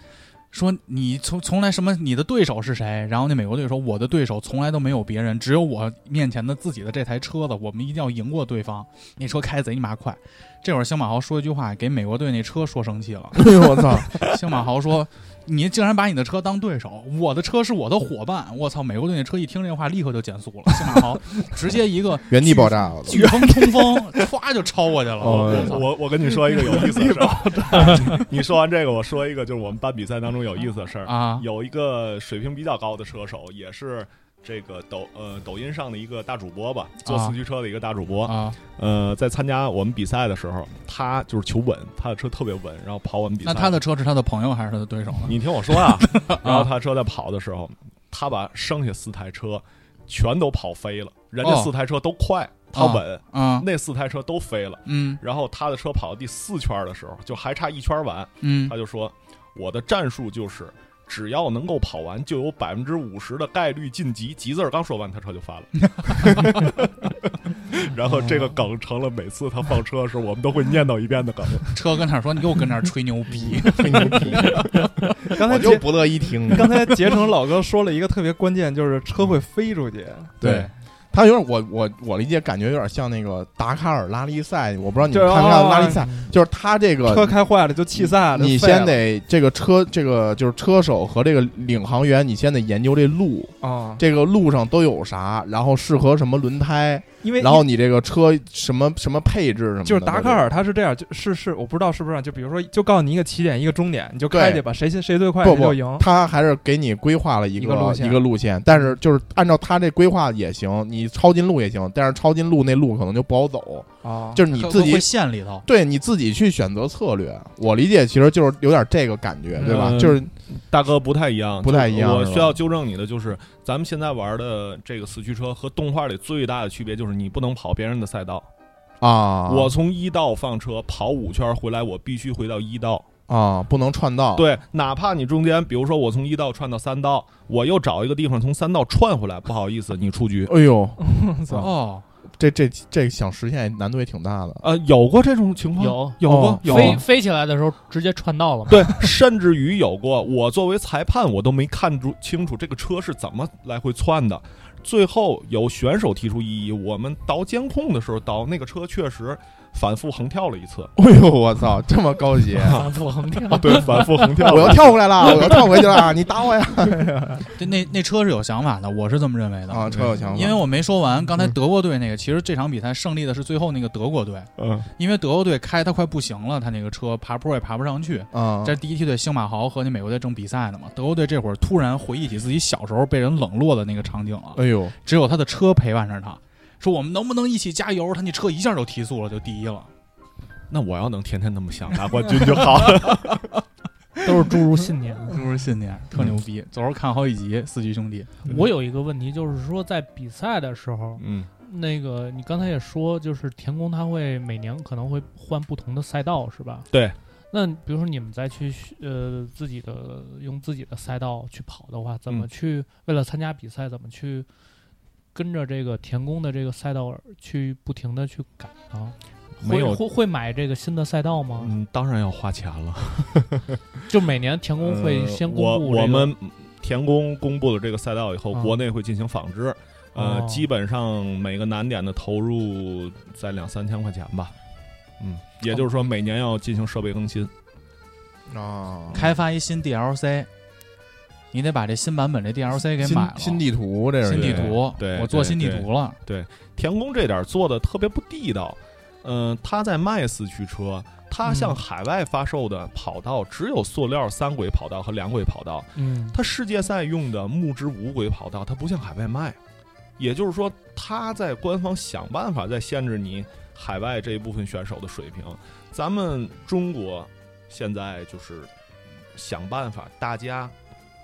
说：“你从从来什么？你的对手是谁？”然后那美国队说：“我的对手从来都没有别人，只有我面前的自己的这台车子，我们一定要赢过对方。那车开贼你妈快。”这会儿星马豪说一句话，给美国队那车说生气 了。哎呦我操！星马豪说：“你竟然把你的车当对手，我的车是我的伙伴。”我操！美国队那车一听这话，立刻就减速了。星马豪直接一个原地爆炸了， 飓风冲锋，唰就超过去了。哦我操！我我跟你说一个有意思 的事儿，你说完这个，我说一个就是我们班比赛当中有意思的事儿。啊，有一个水平比较高的车手，也是这个抖呃抖音上的一个大主播吧，做啊四驱车的一个大主播。啊，呃，在参加我们比赛的时候，他就是求稳，他的车特别稳，然后跑我们比赛。那他的车是他的朋友还是他的对手呢？你听我说啊，然后他车在跑的时候，他把剩下四台车全都跑飞了，人家哦四台车都快，他稳，啊，那四台车都飞了。嗯然后他的车跑到第四圈的时候，就还差一圈完，嗯他就说：“我的战术就是，只要能够跑完，就有百分之五十的概率晋级。”“急”字儿刚说完，他车就翻了。 然后哦这个梗成了每次他放车的时候，我们都会念叨一遍的梗。车跟那儿说，你又跟那儿吹牛逼，吹牛 逼， 刚我才就 杰不乐意听。刚才杰成老哥说了一个特别关键，就是车会飞出去。对，他有点，我我我理解，感觉有点像那个达喀尔拉力赛，我不知道你就们是看没看拉力哦赛，就是他这个车开坏了就气散了，你就废先了得这个车，这个就是车手和这个领航员，你先得研究这路，啊，这个路上都有啥，然后适合什么轮胎，因为然后你这个车什么什么配置什么的，哎就是达都喀尔，他是这样，就是是我不知道是不是啊，就比如说，就告诉你一个起点，一个终点，你就开对去吧，谁先谁最快不谁不就赢，。他还是给你规划了一一个个路线路线，但是就是按照他这规划也行，你抄近路也行，但是抄近路那路可能就不好走，啊，就是你自己会陷里头。对你自己去选择策略。我理解，其实就是有点这个感觉，对吧？嗯就是大哥不太一样，不太一样我是吧需要纠正你的就是，咱们现在玩的这个四驱车和动画里最大的区别就是，你不能跑别人的赛道。啊，我从一道放车跑五圈回来，我必须回到一道。啊不能串道，对，哪怕你中间，比如说我从一道串到三道，我又找一个地方从三道串回来，不好意思，你出局。哎呦，哦，这这这想实现难度也挺大的。呃，有过这种情况，有有过哦，有飞过。飞起来的时候直接串 到 了嘛？对，甚至于有过，我作为裁判，我都没看出清楚这个车是怎么来回窜的。最后有选手提出异议，我们倒监控的时候，倒那个车确实反复横跳了一次， 哎呦，我操，这么高 级！反复横跳，啊对，反复横跳 我要跳回来了，我要跳回去 了，你打我呀！对，那那车是有想法的，我是这么认为的啊，车有嗯强，因为我没说完，刚才德国队那个，其实这场比赛胜利的是最后那个德国队，嗯，因为德国队开他快不行了，他那个车爬坡也爬不上去。啊，这是第一梯队，星马豪和那美国队正比赛呢嘛。德国队这会儿突然回忆起自己小时候被人冷落的那个场景了，哎呦，只有他的车陪伴着他，说我们能不能一起加油？他那车一下就提速了，就第一了。那我要能天天那么想，拿冠军就好了。都是诸如信 念。嗯都是信念，特牛逼。走时候看好几集《四驱兄弟》，我有一个问题，就是说在比赛的时候，嗯，那个你刚才也说，就是田宫他会每年可能会换不同的赛道，是吧？对。那比如说你们再去呃自己的用自己的赛道去跑的话，怎么嗯去、为了参加比赛，怎么去跟着这个田宫的这个赛道去不停的去改呢？ 没有会会会买这个新的赛道吗？嗯，当然要花钱了。就每年田宫会呃先公我布、这个我们田宫公布了这个赛道以后，嗯国内会进行仿制。呃，哦基本上每个难点的投入在两三千块钱吧。嗯，也就是说每年要进行设备更新。啊，开发一新 DLC，你得把这新版本这 DLC 给新买了，新地图这是新地对图，对我做对新地对图了，田宫这点儿做的特别不地道。嗯、他在卖四驱车，他向嗯海外发售的跑道只有塑料三轨跑道和两轨跑道，嗯它世界赛用的木质无轨跑道，它不向海外卖，也就是说，它在官方想办法在限制你海外这一部分选手的水平。咱们中国现在就是想办法，大家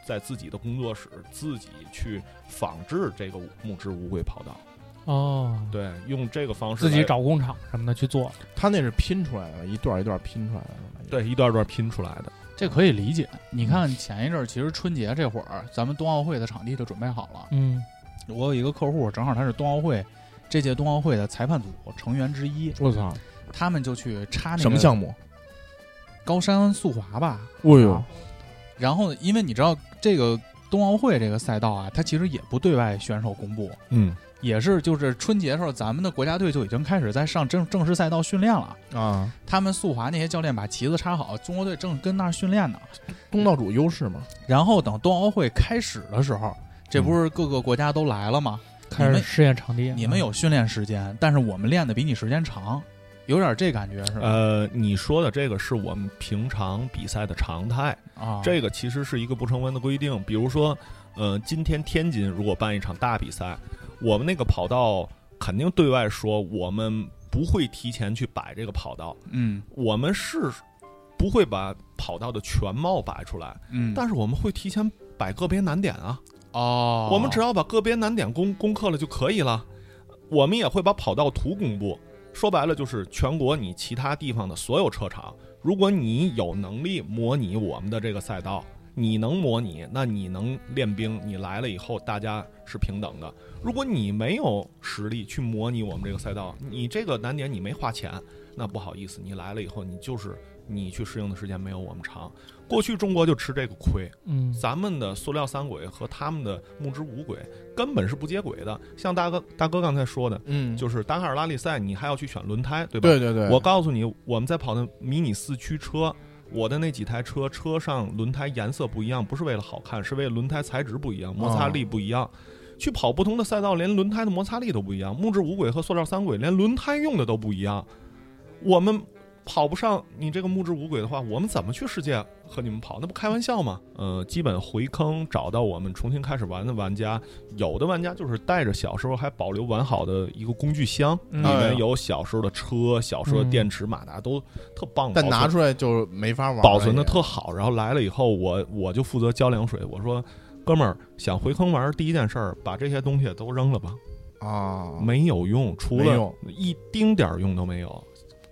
在自己的工作室自己去仿制这个木质无轨跑道，哦，对，用这个方式自己来找工厂什么的去做，他那是拼出来的，一段一段拼出来的。，对一段段拼出来的。这可以理解。你看前一阵儿，其实春节这会儿，咱们冬奥会的场地都准备好了。嗯我有一个客户，正好他是冬奥会这届冬奥会的裁判组成员之一，我操，他们就去插那什么个项目？高山速滑吧。哦啊呦，然后，因为你知道这个冬奥会这个赛道啊，它其实也不对外选手公布，嗯，也是就是春节的时候，咱们的国家队就已经开始在上正正式赛道训练了。啊，他们速滑那些教练把旗子插好，中国队正跟那儿训练呢。东道主优势嘛，然后等冬奥会开始的时候，这不是各个国家都来了吗？开你始们试验场地，啊你们有训练时间，但是我们练的比你时间长，有点这感觉是吧？呃，你说的这个是我们平常比赛的常态。啊，这个其实是一个不成文的规定。比如说，呃，今天天津如果办一场大比赛，我们那个跑道肯定对外说我们不会提前去摆这个跑道，嗯我们是不会把跑道的全貌摆出来，嗯，但是我们会提前摆个别难点啊。哦，我们只要把个别难点攻攻克了就可以了。我们也会把跑道图公布。说白了就是全国你其他地方的所有车厂，如果你有能力模拟我们的这个赛道，你能模拟，那你能练兵，你来了以后大家是平等的。如果你没有实力去模拟我们这个赛道，你这个难点你没花钱，那不好意思，你来了以后你就是你去适应的时间没有我们长。过去中国就吃这个亏，嗯咱们的塑料三轨和他们的木质无轨根本是不接轨的。像大哥大哥刚才说的，嗯就是达喀尔拉力赛，你还要去选轮胎，对吧？对对对，我告诉你，我们在跑的迷你四驱车，我的那几台车车上轮胎颜色不一样，不是为了好看，是为了轮胎材质不一样，摩擦力不一样。去跑不同的赛道，连轮胎的摩擦力都不一样。木质无轨和塑料三轨连轮胎用的都不一样。我们跑不上你这个木质无轨的话，我们怎么去世界和你们跑？那不开玩笑吗？呃，基本回坑找到我们重新开始玩的玩家，有的玩家就是带着小时候还保留完好的一个工具箱，嗯里哎哦面有小时候的车、小时候的电池、马达都特棒，嗯但拿出出来就没法玩，保存的特好。然后来了以后，我我就负责浇凉水。我说，哥们儿，想回坑玩，第一件事儿把这些东西都扔了吧，啊，没有用，除没了用一丁点儿用都没有，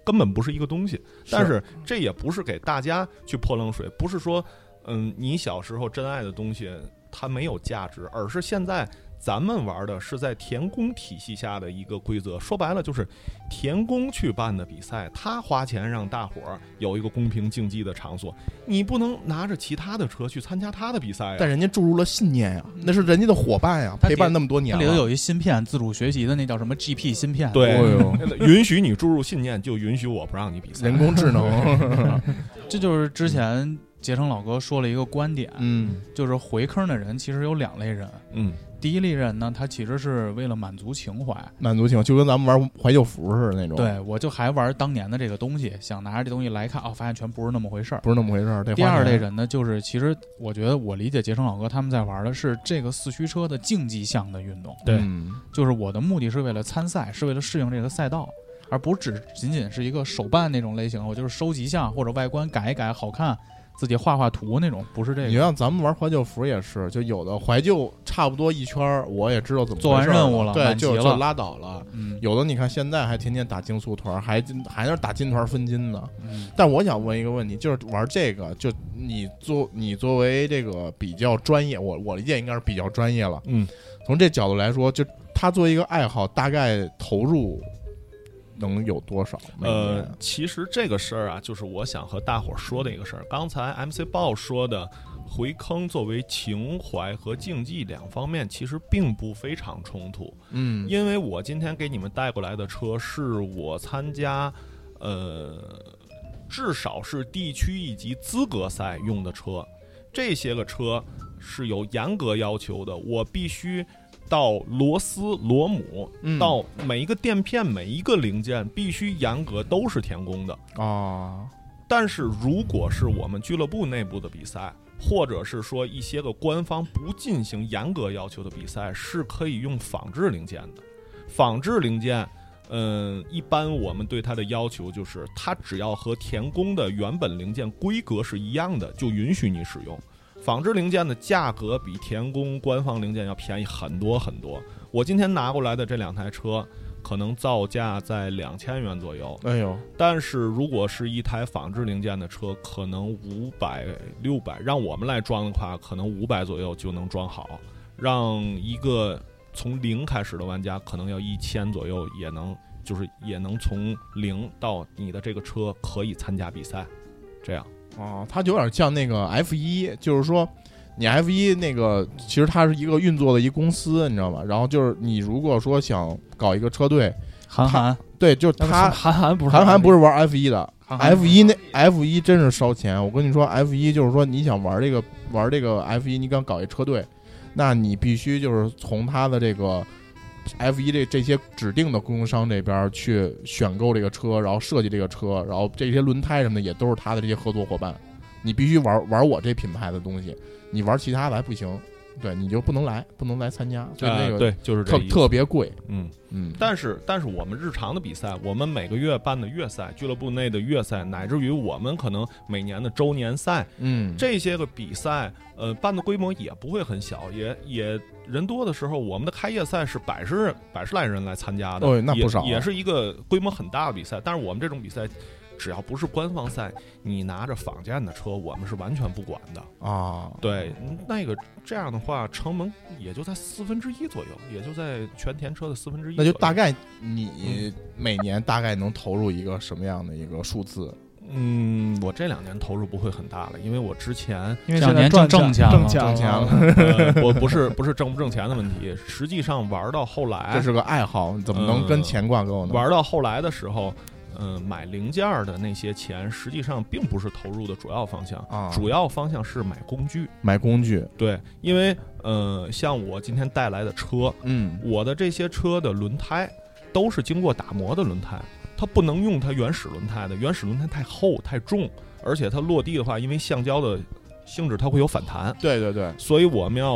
根本不是一个东西。但是是这也不是给大家去泼冷水，不是说，嗯，你小时候真爱的东西它没有价值，而是现在咱们玩的是在田宫体系下的一个规则。说白了就是，田宫去办的比赛，他花钱让大伙儿有一个公平竞技的场所，你不能拿着其他的车去参加他的比赛 呀。但人家注入了信念呀，那是人家的伙伴呀，他陪伴那么多年啊它了，里头有一芯片，自主学习的那叫什么 GP 芯片，对哦呦，允许你注入信念，就允许我不让你比赛 人。工智能，这就是之前杰成老哥说了一个观点， 嗯就是回坑的人其实有两类人，嗯，第一类人呢，他其实是为了满足情怀，满足情就跟咱们玩怀旧服似的那种，，对我就还玩当年的这个东西，想拿着这东西来看，哦，发现全不是那么回事儿。不是那么回事儿。得第花二钱类人呢，就是其实我觉得我理解杰成老哥他们在玩的是这个四驱车的竞技项的运动，对嗯就是我的目的是为了参赛，是为了适应这个赛道，而不只仅仅是一个手办那种类型，我就是收集项或者外观改一改好看，自己画画图那种，不是这你个。像咱们玩怀旧服也是，就有的怀旧差不多一圈儿，我也知道怎么做完回事儿任务了对，满级就了就拉倒了。嗯有的你看现在还天天打竞速团，还还是打金团分金呢。嗯但我想问一个问题，就是玩这个，就你作你作为这个比较专业，我我理解应该是比较专业了。嗯，从这角度来说，就他作为一个爱好，大概投入能有多少？每呃年，其实这个事儿啊，就是我想和大伙儿说的一个事儿。刚才 MC 豹说的回坑作为情怀和竞技两方面，其实并不非常冲突。嗯因为我今天给你们带过来的车是我参加，呃，至少是地区一级资格赛用的车，这些个车是有严格要求的，我必须到螺丝、螺母，嗯到每一个垫片、每一个零件必须严格都是填工的。哦，但是如果是我们俱乐部内部的比赛，或者是说一些个官方不进行严格要求的比赛，是可以用仿制零件的。仿制零件，嗯，一般我们对它的要求就是，它只要和田工的原本零件规格是一样的，就允许你使用。仿制零件的价格比田工官方零件要便宜很多很多。我今天拿过来的这两台车，可能造价在两千元左右，哎呦，但是如果是一台仿制零件的车，可能五百六百，让我们来装的话，可能五百左右就能装好；让一个从零开始的玩家，可能要一千左右也能，就是也能从零到你的这个车可以参加比赛，这样。哦，它就有点像那个 F 一，就是说你 F 一那个其实它是一个运作的一公司，你知道吗？然后就是你如果说想搞一个车队，韩寒，对，就是他韩寒不是韩寒不是玩 F 一的啊韩寒，F 一那 F 一真是烧钱。我跟你说，F 一就是说你想玩这个玩这个 F 一，你敢搞一车队，那你必须就是从他的这个 F 一这这些指定的供应商这边去选购这个车，然后设计这个车，然后这些轮胎什么的也都是他的这些合作伙伴。你必须玩玩我这品牌的东西，你玩其他的还不行，对，你就不能来，不能来参加，所以那呃个对，就是这特意思特别贵，嗯。嗯，但是，但是我们日常的比赛，我们每个月办的月赛，俱乐部内的月赛，乃至于我们可能每年的周年赛，嗯，这些个比赛，呃，办的规模也不会很小，也也人多的时候，我们的开业赛是百十百十来人来参加的，哦那也不少也是一个规模很大的比赛。但是我们这种比赛，只要不是官方赛，你拿着仿件的车，我们是完全不管的。啊，对，那个这样的话，成本也就在四分之一左右，也就在全田车的四分之一。那就大，概你每年大概能投入一个什么样的一个数字？嗯，我这两年投入不会很大了，因为我之前 因为这两现在年赚挣钱挣钱钱了挣钱了了，呃，我不是不是挣不挣钱的问题，实际上玩到后来， 这是个爱好，怎么能跟钱挂钩呢？玩到后来的时候，嗯、买零件儿的那些钱，实际上并不是投入的主要方向，啊，主要方向是买工具。买工具，对，因为呃，像我今天带来的车，嗯，我的这些车的轮胎都是经过打磨的轮胎，它不能用它原始轮胎的，原始轮胎太厚太重，而且它落地的话，因为橡胶的性质它会有反弹，对对对，所以我们要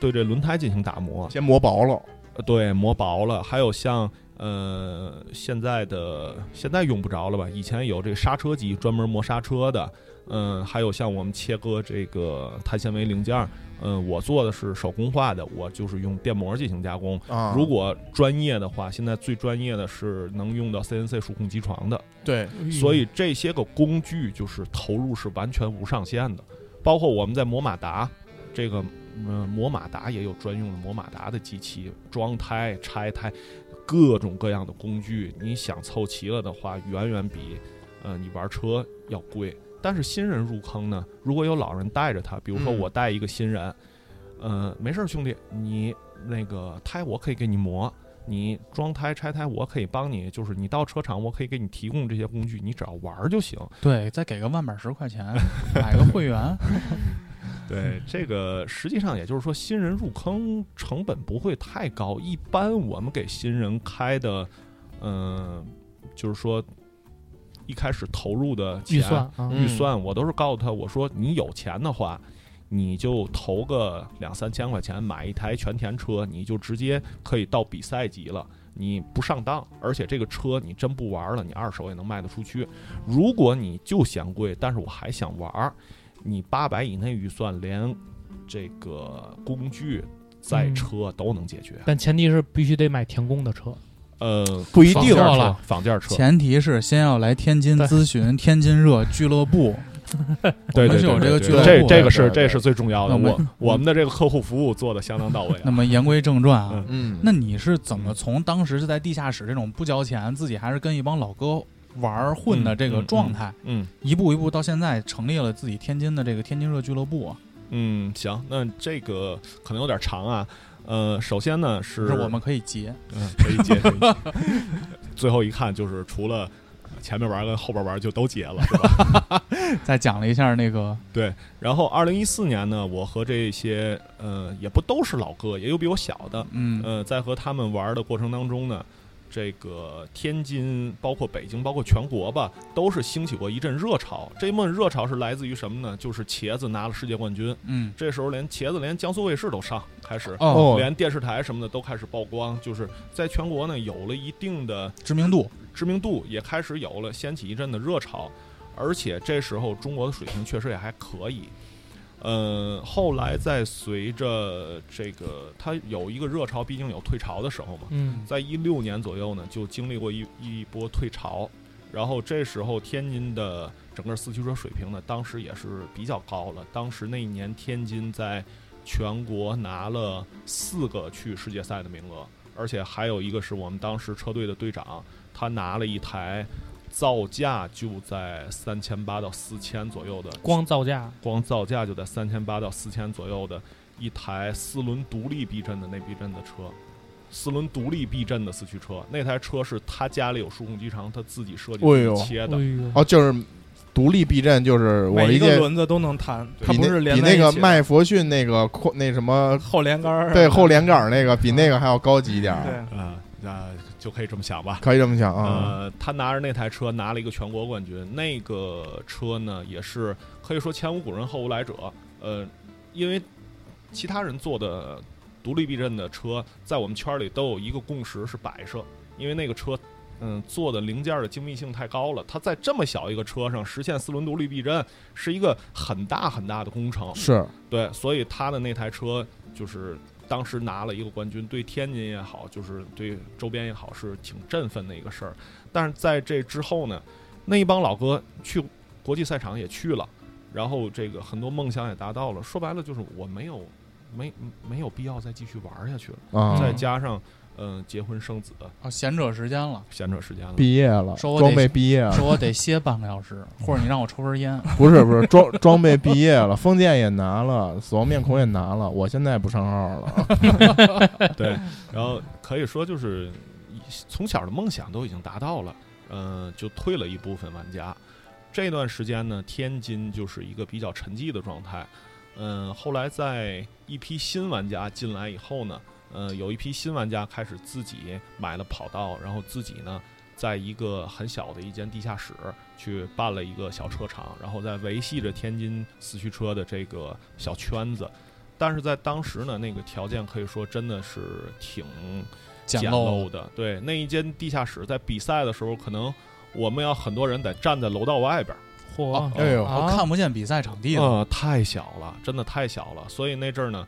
对这轮胎进行打磨。先磨薄了，呃对，磨薄了。还有像呃现在的现在用不着了吧？以前有这刹车机专门磨刹车的，嗯、还有像我们切割这个碳纤维零件儿，嗯、我做的是手工化的，我就是用电磨进行加工。啊，如果专业的话，现在最专业的是能用到 CNC 数控机床的，对，嗯所以这些个工具就是投入是完全无上限的，包括我们在磨马达，这个嗯磨马达也有专用的磨马达的机器，装胎、拆胎，各种各样的工具，你想凑齐了的话，远远比呃你玩车要贵。但是新人入坑呢，如果有老人带着他，比如说嗯我带一个新人，呃，没事儿，兄弟，你那个胎我可以给你磨，你装胎拆胎我可以帮你，就是你到车厂我可以给你提供这些工具，你只要玩儿就行。嗯对，再给个万把十块钱， 买个会 员，对，这个实际上也就是说，新人入坑成本不会太高。一般我们给新人开的，嗯、就是说一开始投入的钱嗯预算啊，嗯预算，我都是告诉他，我说你有钱的话，你就投个两三千块钱买一台全田车，你就直接可以到比赛级了。你不上当，而且这个车你真不玩了，你二手也能卖得出去。如果你就嫌贵，但是我还想玩儿，你八百以内预算，连这个工具在嗯车都能解决。但前提是必须得买田工的车。呃，不一定仿件到车了，仿件车，前提是先要来天津对咨 询天津热俱乐部，对我们对是有对这个对俱乐这部这的个是对对这是最重要的。那我我我们的这个客户服务做的相当到位啊那。么言归正传啊嗯，嗯那你是怎么从当时是在地下室这种不交钱，自己还是跟一帮老哥玩儿混的这个状态，嗯一步一步到现在成立了自己天津的这个天津热俱乐部啊？嗯，行，那这个可能有点长啊。呃，首先呢是是我们可以 结，嗯，可以接。可以接 最后一看就是除了前面玩儿跟后边玩儿就都结了，是吧？ 再讲了一下那个然后二零一四年呢，我和这些呃也不都是老哥，也有比我小的，嗯呃，在和他们玩儿的过程当中呢，这个天津、包括北京、包括全国吧，都是兴起过一阵热潮。这一阵热潮是来自于什么呢？就是茄子拿了世界冠军，嗯这时候连茄子连江苏卫视都上，开始哦连电视台什么的都开始曝光，就是在全国呢有了一定的知名度，知名度，也开始有了掀起一阵的热潮，而且这时候中国的水平确实也还可以。呃，后来在随着这个它有一个热潮，毕竟有退潮的时候嘛，嗯在一六年左右呢，就经历过一一波退潮，然后这时候天津的整个四驱车水平呢，当时也是比较高了。当时那一年，天津在全国拿了四个去世界赛的名额，而且还有一个是我们当时车队的队长，他拿了一台造价就在三千八到四千左右的光造价，光造价就在三千八到四千左右的一台四轮独立避震的内避震的车，四轮独立避震的四驱车。那台车是他家里有数控机床，他自己设计、哎自呦己切哎的。呦，哦，就是独立避震，就是我每理一解个轮子都能弹，它比不那是连比在那一个起的麦弗逊那个扩那什么后连杆儿，对后连杆儿那个比那个还要高级一点儿，对，呃，那就可以这么想吧。可以这么想啊。呃，他拿着那台车拿了一个全国冠军。那个车呢，也是可以说前无古人后无来者。呃，因为其他人做的独立避震的车，在我们圈里都有一个共识是摆设，因为那个车。嗯，做的零件的精密性太高了，它在这么小一个车上实现四轮独立避震是一个很大很大的工程。是，对，所以他的那台车就是当时拿了一个冠军，对天津也好，就是对周边也好，是挺振奋的一个事儿。但是在这之后呢，那一帮老哥去国际赛场也去了，然后这个很多梦想也达到了。说白了就是我没有没没有必要再继续玩下去了，啊，再加上嗯、呃结婚生子，哦，闲者时间了，闲着时间了。毕业了，说我装得备毕业了，说我得歇半个小 时，或者你让我抽根 烟，不是不是装装备毕业了，封建也拿了，死亡面孔也拿了，我现在不上号了。对，然后可以说就是一从小的梦想都已经达到了，嗯，就退了一部分玩家。这段时间呢，天津就是一个比较沉寂的状态。嗯，后来在一批新玩家进来以后呢，呃，有一批新玩家开始自己买了跑道，然后自己呢，在一个很小的一间地下室去办了一个小车厂，然后再维系着天津四驱车的这个小圈子。但是在当时呢，那个条件可以说真的是挺简陋陋，的。对，那一间地下室在比赛的时候，可能我们要很多人得站在楼道外边儿，嚯，哎呦，哦啊我看不见比赛场地了，呃，太小了，真的太小了。所以那阵儿呢，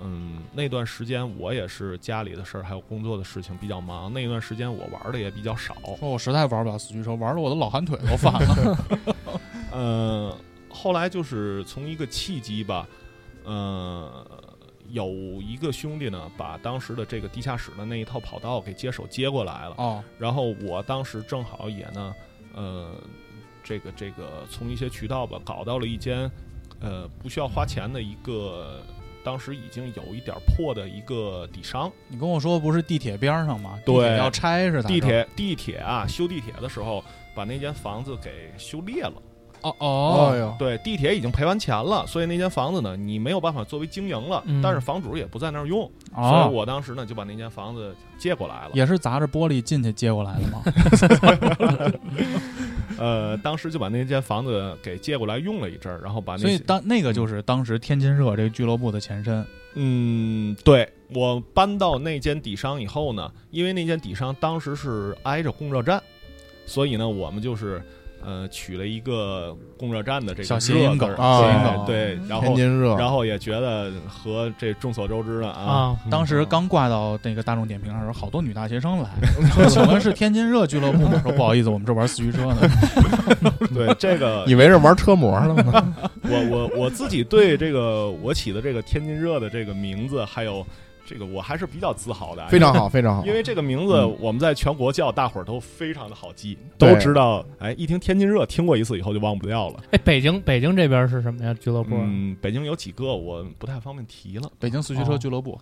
嗯，那段时间我也是家里的事儿还有工作的事情比较忙，那段时间我玩的也比较少。说我实在玩不了四驱车，玩的我的老 寒腿都犯了。呃，后来就是从一个契机吧，呃，有一个兄弟呢，把当时的这个地下室的那一套跑道给接手接过来了。哦，然后我当时正好也呢，呃，这个这个从一些渠道吧，搞到了一间，呃，不需要花钱的一个，当时已经有一点破的一个底商。你跟我说不是地铁边儿上吗？对地铁要拆是咋着？地铁地铁啊，修地铁的时候把那间房子给修裂了。哦哎哦，呦，对，地铁已经赔完钱了，所以那间房子呢，你没有办法作为经营了，嗯但是房主也不在那儿用，所哦以我当时呢就把那间房子借过来了。也是砸着玻璃进去接过来 的吗？呃，当时就把那间房子给借过来用了一阵儿，然后把那所以些当那个就是当时天津热这个俱乐部的前身。嗯，对我搬到那间底商以后呢，因为那间底商当时是挨着供热站，所以呢，我们就是呃取了一个供热站的这个小热谐音字梗儿哎啊谐音梗对，对然天后津热，然后也觉得和这众所周知的啊，啊，当时刚挂到那个大众点评上的时候，好多女大学生 来，说请问是天津热俱乐部吗？说不好意思，我们这玩四驱车 呢。对这 个以为是玩车模了呢。我我我自己对这个我起的这个天津热的这个名字，还有这个我还是比较自豪的，非常好，非常好因。为。因为这个名字我们在全国叫，大伙儿都非常的好记，对都知道。哎，一听天津热，听过一次以后就忘不掉了。哎，北京北京这边是什么呀？俱乐部？嗯，北京有几个我不太方便提了。 北京四驱哦车俱乐部，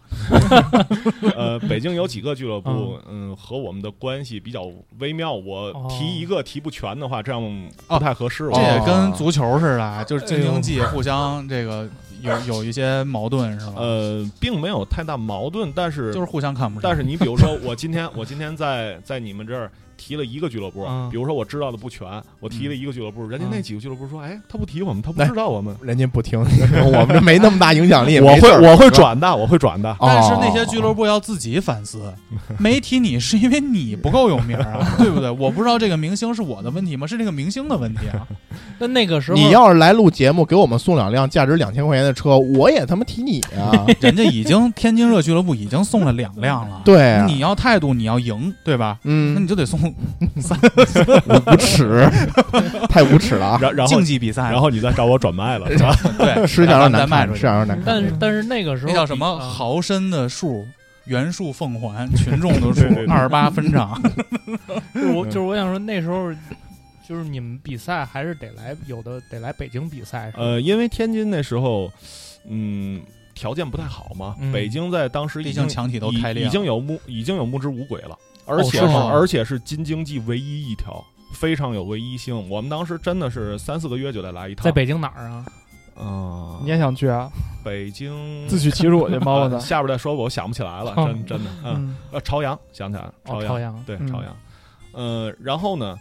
呃，北京有几个俱乐部，嗯，和我们的关系比较微妙。我哦提一个提不全的话，这样哦不太合适。我这觉得也跟足球似的啊，哎就是京津冀互相这个有有一些矛盾是吧？呃，并没有太大矛盾，但是 就是互相看不上。但是你比如说，我今天 我今天在在你们这儿提了一个俱乐部嗯，比如说我知道的不全，我提了一个俱乐部，人家那几个俱乐部说，哎，他不提我们，他不来知道我们。人家不听， 我们这没那么大影响力。我没会事儿我会，转的，我会转的。哦但是那些俱乐部要自己反思， 没提你是因为你不够有名儿啊，对不对？我不知道这个明星是我的问题吗？是这个明星的问题 啊。那那个时候你要是来录节目，给我们送两辆价值两千块钱的车，我也他妈提你啊！人家已经天津热俱乐部已经送了两辆了，对啊，你要态度，你要赢，对吧？那嗯你，就得送无耻，太无耻了啊！然然后竞技比赛，然后你再找我转卖了，是吧？对，吃相让咱难卖看，出吃去相。让难看。但是对但是那个时候那叫什比嗯么？啊豪绅的树，袁术奉还，群众的 对对树，对二十八分账。就是我就是我想说那时候。就是你们比赛还是得来，有的得来北京比赛是吧？呃，因为天津那时候，嗯，条件不太好嘛。嗯北京在当时已毕经竟墙体都开裂已了，已经有木已经有木之五轨了，而哦且是是、吗而且是京津冀唯一一条，非常有唯一性。我们当时真的是三四个月就得来一趟。在，北京哪儿啊？嗯、你也想去啊？北京自取其辱去，猫子 啊。下边再说吧，我想不起来了，哦真真的，嗯，嗯，呃，朝阳想起来了，哦，朝朝阳，阳。对，嗯朝阳，呃，然后呢，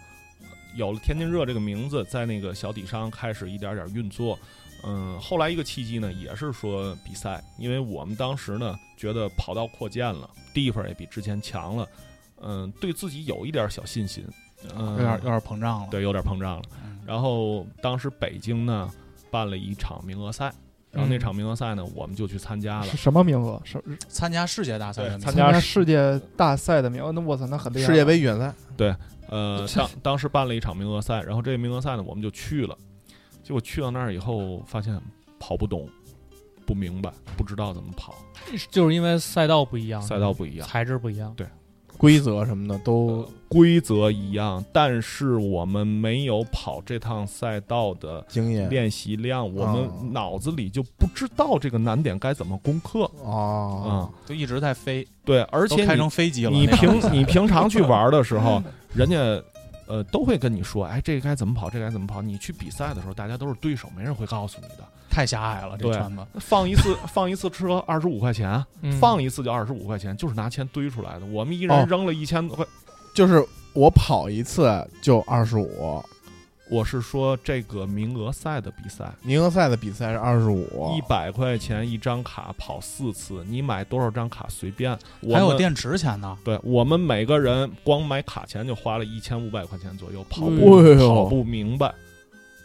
有了天津热这个名字，在那个小底商开始一点点运作。嗯，后来一个契机呢，也是说比赛，因为我们当时呢觉得跑道扩建了，地方也比之前强了，嗯，对自己有一点小信心，嗯，有点有点膨胀了。对，有点膨胀了。嗯，然后当时北京呢办了一场名额赛，然后那嗯场名额赛呢，我们就去参加了是。什么名额？是参加世界大赛对的参名加额加世界大赛的名额？那我操，那很厉害。世界杯预选赛，呃，当当时办了一场名额赛，然后这个名额赛呢，我们就去了。结果去到那儿以后，发现跑不懂，不明白，不知道怎么跑，就是因为赛道不一样，赛道不一样，材质不一样。规则什么的呃都规则一样，但是我们没有跑这趟赛道的经验练习量，我啊们脑子里就不知道这个难点该怎么攻克哦，啊、就一直在飞，对，而都且开你成飞机了。你那场平比赛你平常去玩的时 候，人家呃都会跟你说，哎，这个该怎么跑，这个该怎么跑。你去比赛的时候，大家都是对手，没人会告诉你的。太狭隘了，这对圈子。放 一次放一次车二十五块钱，嗯放一次就二十五块钱，就是拿钱堆出来的。我们一人哦扔了一千多块。就是我跑一次就二十五，我是说这个名额赛的比赛，名额赛的比赛是二十五一，百块钱一张卡跑四次，你买多少张卡随便。我还有们电池钱 呢，对我们每个人光买卡钱就花了一千五百块钱左右，跑哎不呦跑不明白，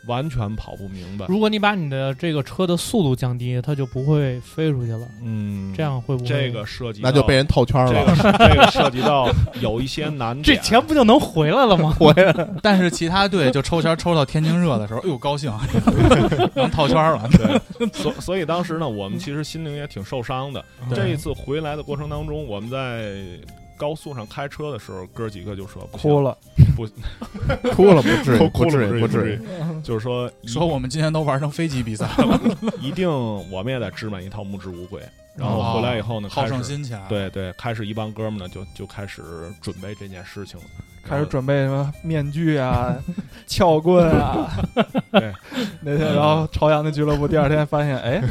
完全跑不明白。如果你把你的这个车的速度降低，它就不会飞出去了。嗯，这样会不会这个涉及那就被人套圈到这个。了 这个涉及到有一些难这点。钱不就能回 来了吗？但是其他队就抽签抽到天津热的时候，哎呦高 兴，能套圈了。对，所所以当时呢，我们其实心灵也挺受伤的。嗯这一次回来的过程当中，我们在高速上开车的时候，哥几个就说不行哭了，哭了不 至于，哭了至不于，不至至于。 于，就是说一说我们今天都玩成飞机比 赛，一定我们也得置办一套木质五轨。然后哦回来以后呢，好开胜始心起啊来了。对对，开始一帮哥们呢就就开始准备这件事情了，开始准备什么面具啊、 撬棍 啊。对，那天然后朝阳的俱乐部第二天发现，哎，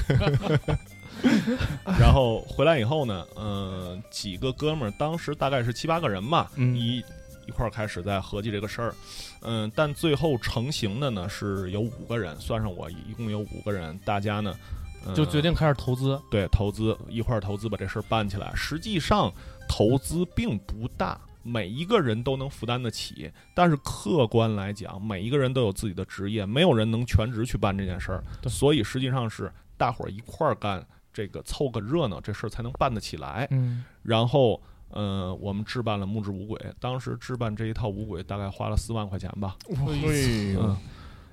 然后回来以后呢，嗯，几个哥们儿当时大概是七八个人吧，嗯一一块儿开始在合计这个事儿，嗯，但最后成型的呢是有五个人，算上我一共有五个人，大家呢、嗯就决定开始投资。对投资一块儿投资把这事儿办起来。实际上投资并不大，每一个人都能负担得起，但是客观来讲，每一个人都有自己的职业，没有人能全职去办这件事儿，对所以实际上是大伙儿一块儿干，这个凑个热闹，这事儿才能办得起来。嗯，然后，呃，我们置办了木质五鬼，当时置办这一套五鬼大概花了四万块钱吧，哎呦嗯，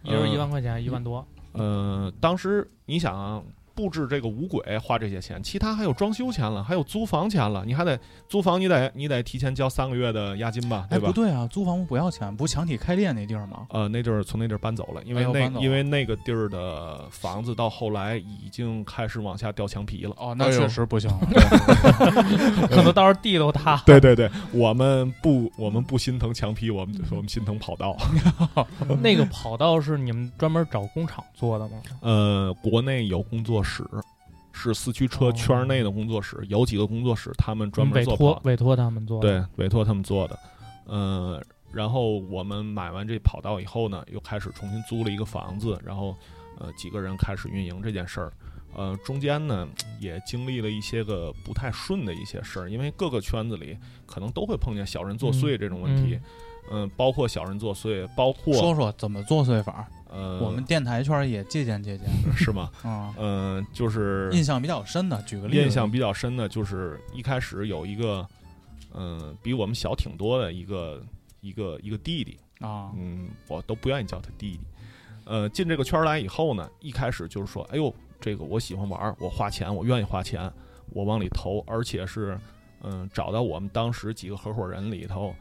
一人一万呃。块钱，一万多，呃，当时你想啊布置这个五鬼花这些钱，其他还有装修钱了，还有租房钱了，你还得租房，你得你得提前交三个月的押金吧，哎，对吧？不对啊，租房屋不要钱，不强体开店那地儿吗？呃，那地儿从那地儿搬走了，因为哎呦那、搬走了因为那个地儿的房子到后来已经开始往下掉墙皮了。哦，哎那呦确实 不行了。嗯 可能到时候地都塌。对对对，我们不我们不心疼墙皮，我们我们心疼跑道。嗯那个跑道是你们专门找工厂做的吗？ 呃，国内有工作室，是四驱车圈内的工作室，有几个工作室他们专门委做托跑委托他们做的。对，委托他们做的。呃，然后我们买完这跑道以后呢，又开始重新租了一个房子，然后呃几个人开始运营这件事儿。呃，中间呢也经历了一些个不太顺的一些事儿，因为各个圈子里可能都会碰见小人作祟这种问题。嗯，包括小人作祟，包括说说怎么作祟法儿，呃，我们电台圈儿也借鉴借 鉴是吗？啊。嗯、就是印象比较深的，举个例子，印象比较深的就是一开始有一个，嗯、比我们小挺多的一个一个一个弟弟，啊，嗯，我都不愿意叫他弟弟。呃，进这个圈儿来以后呢，一开始就是说，哎呦，这个我喜欢玩儿，我花钱，我愿意花钱，我往里投，而且是，嗯、找到我们当时几个合伙人里头，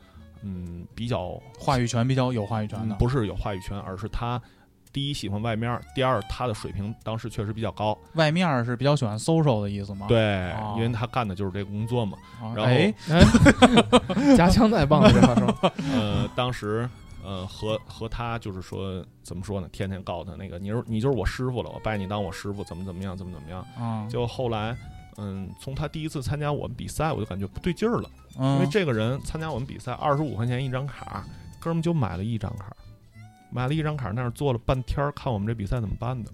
嗯，比较嗯话语权比较有话语权的，不是有话语权，而是他第一喜欢外面儿，第二他的水平当时确实比较高，外面儿是比较喜欢 social 的意思吗？对哦，因为他干的就是这个工作嘛。啊，然后哎，嗯哎 夹枪带棒的这话说，呃，当时呃和和他就是说怎么说呢，天天告诉他那个你是你就是我师傅了，我拜你当我师傅，怎么怎么样，怎么怎么样。啊，结果后来，嗯，从他第一次参加我们比赛，我就感觉不对劲儿了，因为嗯，这个人参加我们比赛二十五块钱一张卡，哥们儿就买了一张卡，买了一张卡，那儿坐了半天儿，看我们这比赛怎么办的。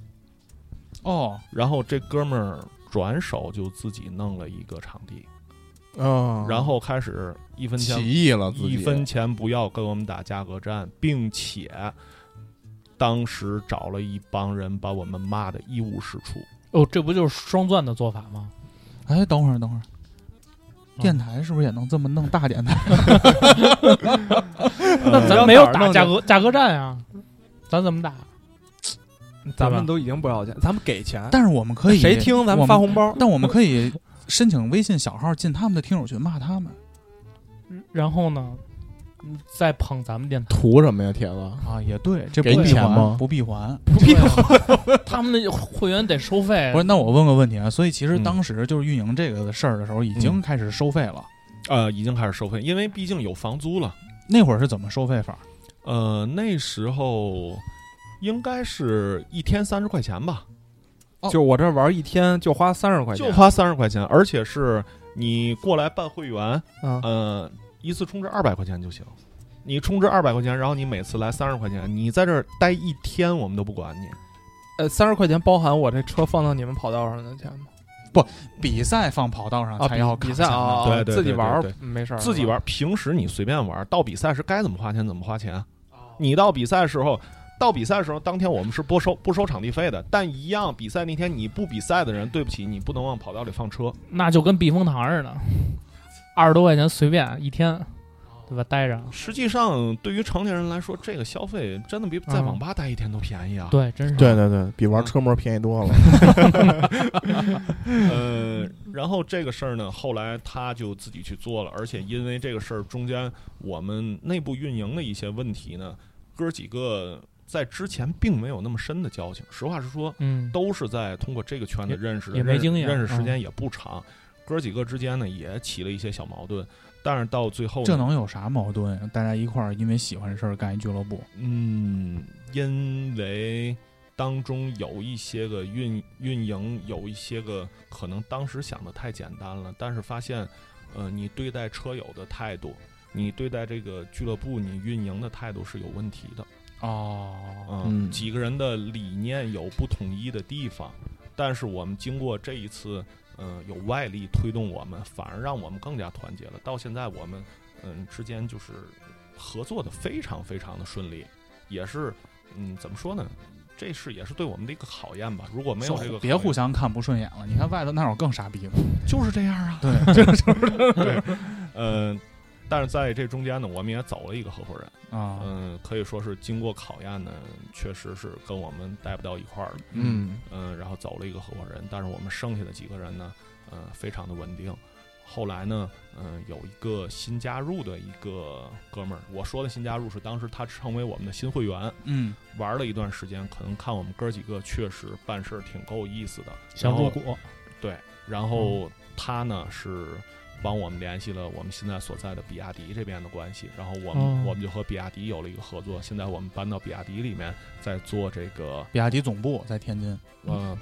哦，然后这哥们儿转手就自己弄了一个场地，啊，然后开始一分钱起义了，自己一分钱不要跟我们打价格战，并且当时找了一帮人把我们骂得一无是处。哦，这不就是双钻的做法吗？哎，等会儿，等会儿。电台是不是也能这么弄大电台？呃要那咱没有哪儿打弄价的格价格战啊，咱怎么打？咱们都已经不要钱，咱们给钱，但是我们可以谁听咱我们发红包。但我们可以申请微信小号进他们的听友群骂他们然后呢，嗯再捧咱们电台，图什么呀，铁子？啊，也对，这给不你闭钱环吗不闭环，对啊 他们的会员得收费。不是？那我问个问题啊，所以其实嗯当时就是运营这个事儿的时候，已经开始收费了。呃，已经开始收费，因为毕竟有房租了。那会儿是怎么收费法？呃，那时候应该是一天三十块钱吧，就我这玩一天就花三十块钱，就花三十块钱，而且是你过来办会员，嗯呃，一次充值二百块钱就行。你充值二百块钱，然后你每次来三十块钱，你在这儿待一天，我们都不管你。呃，三十块钱包含我这车放到你们跑道上的钱吗？比赛放跑道上啊，才要比卡比赛钱呢啊，对对对自己玩儿对嗯没事儿，自己玩儿，平时你随便玩儿，到比赛时该怎么花钱怎么花钱。你到比赛时候，到比赛时候当天我们是不收不收场地费的，但一样比赛那天你不比赛的人，对不起，你不能往跑道里放车。那就跟避风塘似的，二十多块钱随便一天，哦对吧？待着，实际上，对于成年人来说，这个消费真的比在嗯网吧待一天都便宜啊。对，真是对对对，比玩车模便宜多了。呃，然后这个事儿呢，后来他就自己去做了，而且因为这个事儿中间我们内部运营的一些问题呢，哥几个在之前并没有那么深的交情。实话实说，嗯，都是在通过这个圈子认识的，也没认识经验嗯认识时间也不长，哥几个之间呢也起了一些小矛盾，但是到最后呢这能有啥矛盾啊呀？大家一块儿因为喜欢的事儿干一俱乐部，嗯，因为当中有一些个运运营，有一些个可能当时想的太简单了，但是发现，呃，你对待车友的态度，你对待这个俱乐部你运营的态度是有问题的。哦，嗯，嗯几个人的理念有不统一的地方，但是我们经过这呃一次，嗯、有外力推动我们，反而让我们更加团结了。到现在，我们嗯之间就是合作的非常非常的顺利，也是嗯怎么说呢？这是也是对我们的一个考验吧。如果没有这个，啊别互，相看不顺眼了。你看外头那会儿更傻逼了，就是这样啊。对，对， 嗯，但是在这中间呢，我们也走了一个合伙人，啊，嗯，可以说是经过考验呢，确实是跟我们待不到一块儿了，嗯，嗯，然后走了一个合伙人，但是我们剩下的几个人呢，嗯、非常的稳定。后来呢，嗯、有一个新加入的一个哥们儿，我说的新加入是当时他成为我们的新会员，嗯，玩了一段时间，可能看我们哥几个确实办事儿挺够意思的，小然后啊入股，对，然后他呢是帮我们联系了我们现在所在的比亚迪这边的关系，然后我们、哦我们就和比亚迪有了一个合作，现在我们搬到比亚迪里面在做这个比亚迪总部在天津，呃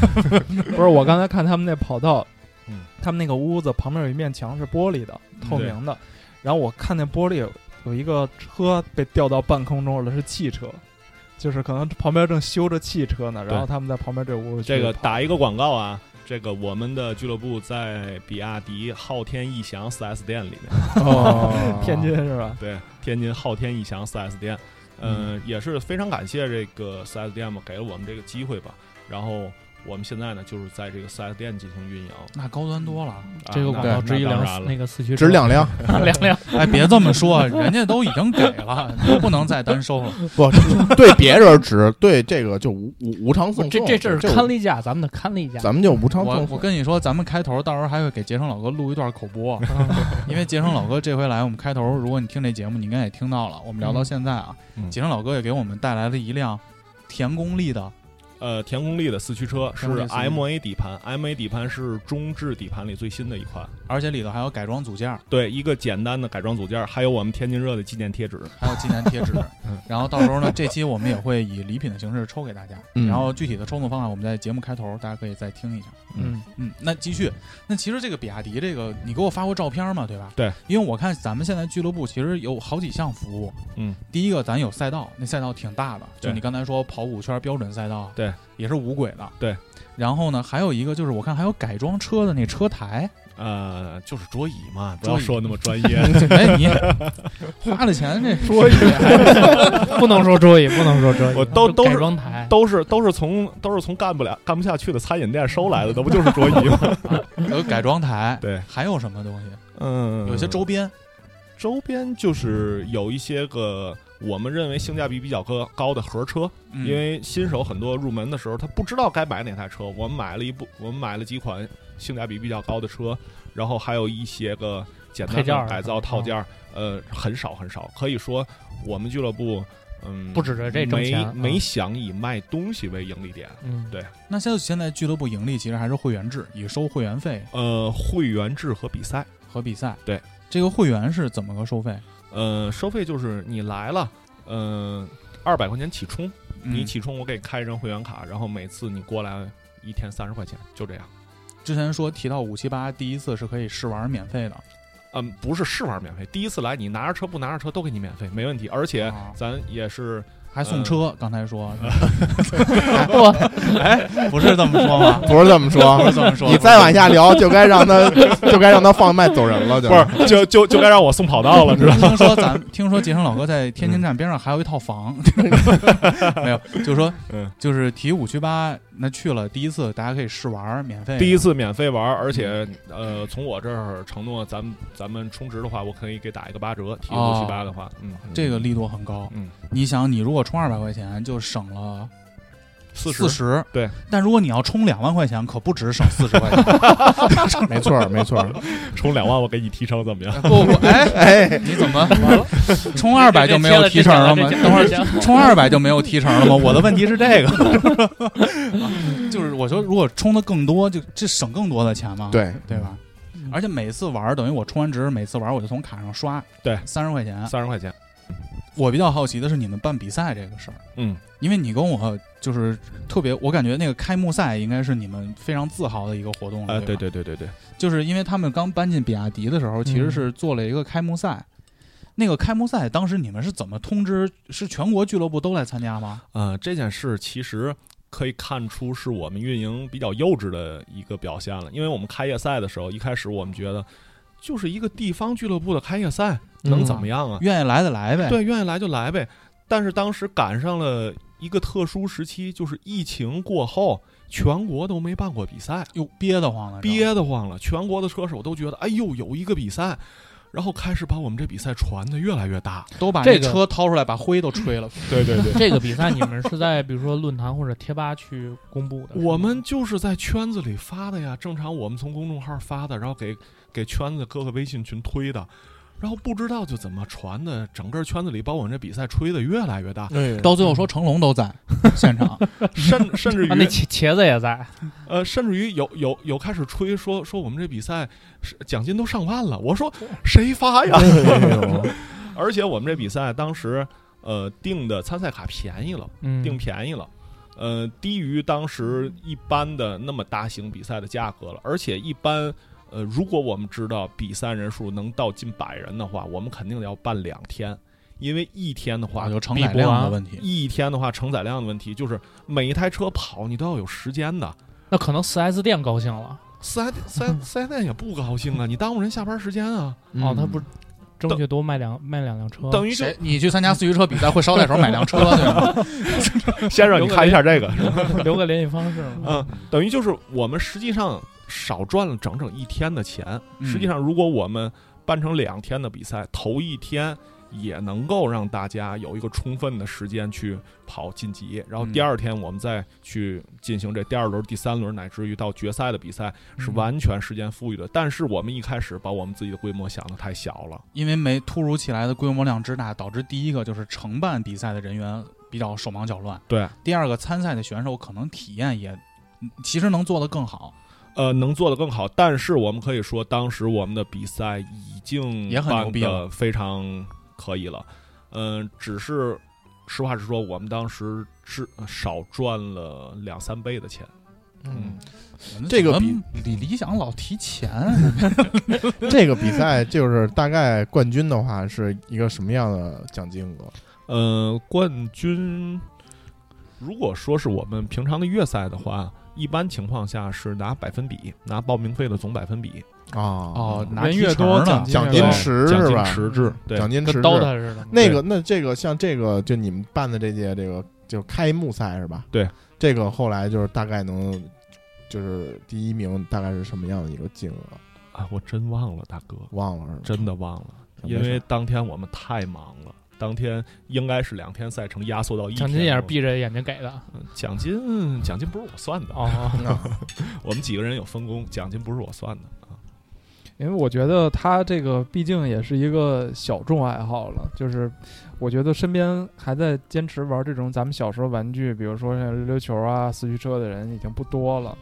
不是，我刚才看他们那跑道，嗯他们那个屋子旁边有一面墙是玻璃的，透明的，然后我看那玻璃有有一个车被吊到半空中了，是汽车。就是可能旁边正修着汽车呢，然后他们在旁边这屋去这个跑打一个广告啊。这个我们的俱乐部在比亚迪昊天逸翔 4S 店里面，嗯哦天津是吧？对，天津昊天逸翔 4S 店，嗯，也是非常感谢这个 4S 店吧，给了我们这个机会吧。然后我们现在呢，就是在这个 4S 店进行运营。那高端多了。啊这个那广告那之一当两然了那个四驱车值两 辆， 两辆，哎，别这么说，人家都已经给了，你就不能再单收了。不对别人值，对这个就无无无偿不送这送，这事儿这看例价，咱们的看例价。咱们就无偿我赠我送。跟你说，咱们开头到时候还会给杰成老哥录一段口播，因为杰成老哥这回来，我们开头，如果你听这节目，你应该也听到了，我们聊到现在啊，嗯杰成老哥也给我们带来了一辆田功力的呃，田功力的四驱车是田功力四驱 MA 底盘，MA 底盘是中置底盘里最新的一款。而且里头还有改装组件，对，一个简单的改装组件，还有我们天津热的纪念贴纸。还有纪念贴纸。然后到时候呢，这期我们也会以礼品的形式抽给大家。嗯然后具体的抽送方法，我们在节目开头大家可以再听一下。嗯，嗯，那继续，那其实这个比亚迪这个，你给我发过照片嘛，对吧？对，因为我看咱们现在俱乐部其实有好几项服务。嗯，第一个咱有赛道，那赛道挺大的，就对你刚才说跑五圈标准赛道，对，也是无轨的，对。然后呢，还有一个就是我看还有改装车的那车台，呃，就是桌椅嘛，不桌要椅说那么专 业。哎，你花了钱 这桌椅 不能说桌椅，不能说桌椅，嗯我都都是改装台，都是都是从都是从干不了干不下去的餐饮店收来的，那 不就是桌椅吗？有改装台，对，还有什么东西？嗯，有些周边，周边就是有一些个我们认为性价比比较高高的合车，嗯因为新手很多入门的时候，他不知道该买哪台车。我们买了一部，我们买了几款性价比比较高的车，然后还有一些个简单配件的儿啊改造套件儿，呃，很少很少。可以说，我们俱乐部，嗯，不指着这挣没钱没嗯想以卖东西为盈利点。嗯，那现在现在俱乐部盈利其实还是会员制，以收会员费呃，会员制和比赛，和比赛。对，这个会员是怎么个收费？呃，收费就是你来了，嗯、呃，二百块钱起充，你嗯起充我给你开一张会员卡，然后每次你过来一天三十块钱，就这样。之前说提到五七八第一次是可以试玩免费的，嗯，不是试玩免费，第一次来你拿着车不拿着车都给你免费，没问题。而且啊咱也是，还送车。刚才说不，不是这么说吗？不是这么 说，不是这么说。你再往下 聊，就该让他，就该让他放麦走人了，就不是就就就该让我送跑道 了，知道吗？听说咱听说杰成老哥在天津站边上还有一套房， 没有，就是说嗯，就是提五七八，那去了第一次，大家可以试玩免费的。第一次免费玩，而且呃，从我这儿承诺，咱们咱们充值的话，我可以给打一个八折，提五七八的话，嗯，哦这个力度很高，嗯，你想，你如果充二百块钱就省了四四十，十，对。但如果你要充两万块钱，可不止省四十块钱。没错儿没 错儿。充两万我给你提成 怎么样？不不，哎哎，你怎 么充二百就没有提成了吗？这等会儿这充二百就没有提成 了吗？我的问题是这个， 就是我说如果充的更多，就这省更多的钱嘛，对，对吧？而且每次玩儿等于我充完值，每次玩儿我就从卡上刷，对三十块钱。三十块钱，我比较好奇的是你们办比赛这个事儿，嗯，因为你跟我就是特别，我感觉那个开幕赛应该是你们非常自豪的一个活动了。啊，对哦吧，对对对对，就是因为他们刚搬进比亚迪的时候，其嗯实是做了一个开幕赛。那个开幕赛当时你们是怎么通知？是全国俱乐部都来参加吗？呃，这件事其实可以看出是我们运营比较幼稚的一个表现了，因为我们开业赛的时候，一开始我们觉得就是一个地方俱乐部的开业赛，能怎么样啊？嗯愿意来的来呗。对，愿意来就来呗。但是当时赶上了一个特殊时期，就是疫情过后，全国都没办过比赛，哟，憋得慌了，这憋得慌了。全国的车手都觉得，哎呦，有一个比赛，然后开始把我们这比赛传的越来越大。都把这那个嗯车掏出来，把灰都吹了。对对对，这个比赛你们是在比如说论坛或者贴吧去公布的？是吗我们就是在圈子里发的呀，正常我们从公众号发的，然后给给圈子各个微信群推的，然后不知道就怎么传的，整个圈子里把我们这比赛吹得越来越 大，到最后说成龙都在现场，甚甚至于啊，那茄茄子也在，呃，甚至于有有有开始吹说说我们这比赛是奖金都上万了，我说谁发呀？哎 而且我们这比赛当时呃定的参赛卡便宜了，嗯，定便宜了。呃，低于当时一般的那么大型比赛的价格了，而且一般，呃，如果我们知道比赛人数能到近百人的话，我们肯定要办两天，因为一天的话啊哇，有承比载不量的完问题。一天的话承载量的问题，就是每一台车跑你都要有时间的，那可能四 S 店高兴了，四 S 四 S 四 S 店也不高兴啊，你耽误人下班时间啊，哦，他不是争取多卖两卖两辆车，等于就谁？ 你去参加四驱车比赛会捎带手买辆车对吗？ 先让你看一下这个， 留个联系方式嘛。嗯，等于就是我们实际上少赚了整整一天的钱。嗯实际上，如果我们办成两天的比赛，头一天也能够让大家有一个充分的时间去跑晋级，然后嗯第二天我们再去进行这第二轮、第三轮，乃至于到决赛的比赛， 是嗯完全时间富裕的。但是我们一开始把我们自己的规模想的太小了。因为没突如其来的规模量之大，导致第一个就是承办比赛的人员比较手忙脚乱，对，第二个参赛的选手可能体验也嗯其实能做得更好，呃，能做得更好，但是我们可以说，当时我们的比赛已经也很牛逼了办得非常可以了。嗯、只是实话实说，我们当时是少赚了两三倍的钱。嗯，这这个个比比李理想老提钱， 嗯这个比赛就是大概冠军的话是一个什么样的奖金额？呃，冠军，如果说是我们平常的月赛的话，一般情况下是拿百分比，拿报名费的总百分比，啊哦，拿人越多呢奖，奖越金高池奖是金吧？池制。对，奖金池跟是刀他似的，那个那这个像这个就你们办的这届这个就开幕赛是吧？对，这个后来就是大概能就是第一名大概是什么样的一个金额？啊，我真忘了，大哥，忘了是吧？真的忘了，没因事为当天我们太忙了。当天应该是两天赛程压缩到一天奖了，金也是闭着眼睛给的嗯奖金奖金不是我算的，哦， 我们几个人有分工，奖金不是我算的啊。因为我觉得他这个毕竟也是一个小众爱好了，就是我觉得身边还在坚持玩这种咱们小时候玩具，比如说像溜溜球啊、四驱车的人已经不多了。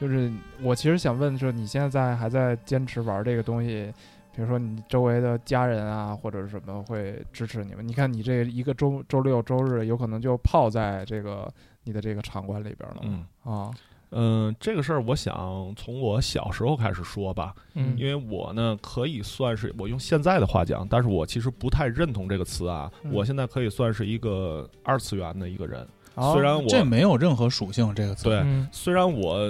就是我其实想问，就是你现在还在坚持玩这个东西，比如说你周围的家人啊，或者是什么会支持你们？你看你这一个周周六周日有可能就泡在这个你的这个场馆里边了嗯啊，嗯、这个事儿我想从我小时候开始说吧，嗯，因为我呢可以算是我用现在的话讲，但是我其实不太认同这个词啊。嗯我现在可以算是一个二次元的一个人，哦啊虽然我这没有任何属性这个词。对、嗯虽然我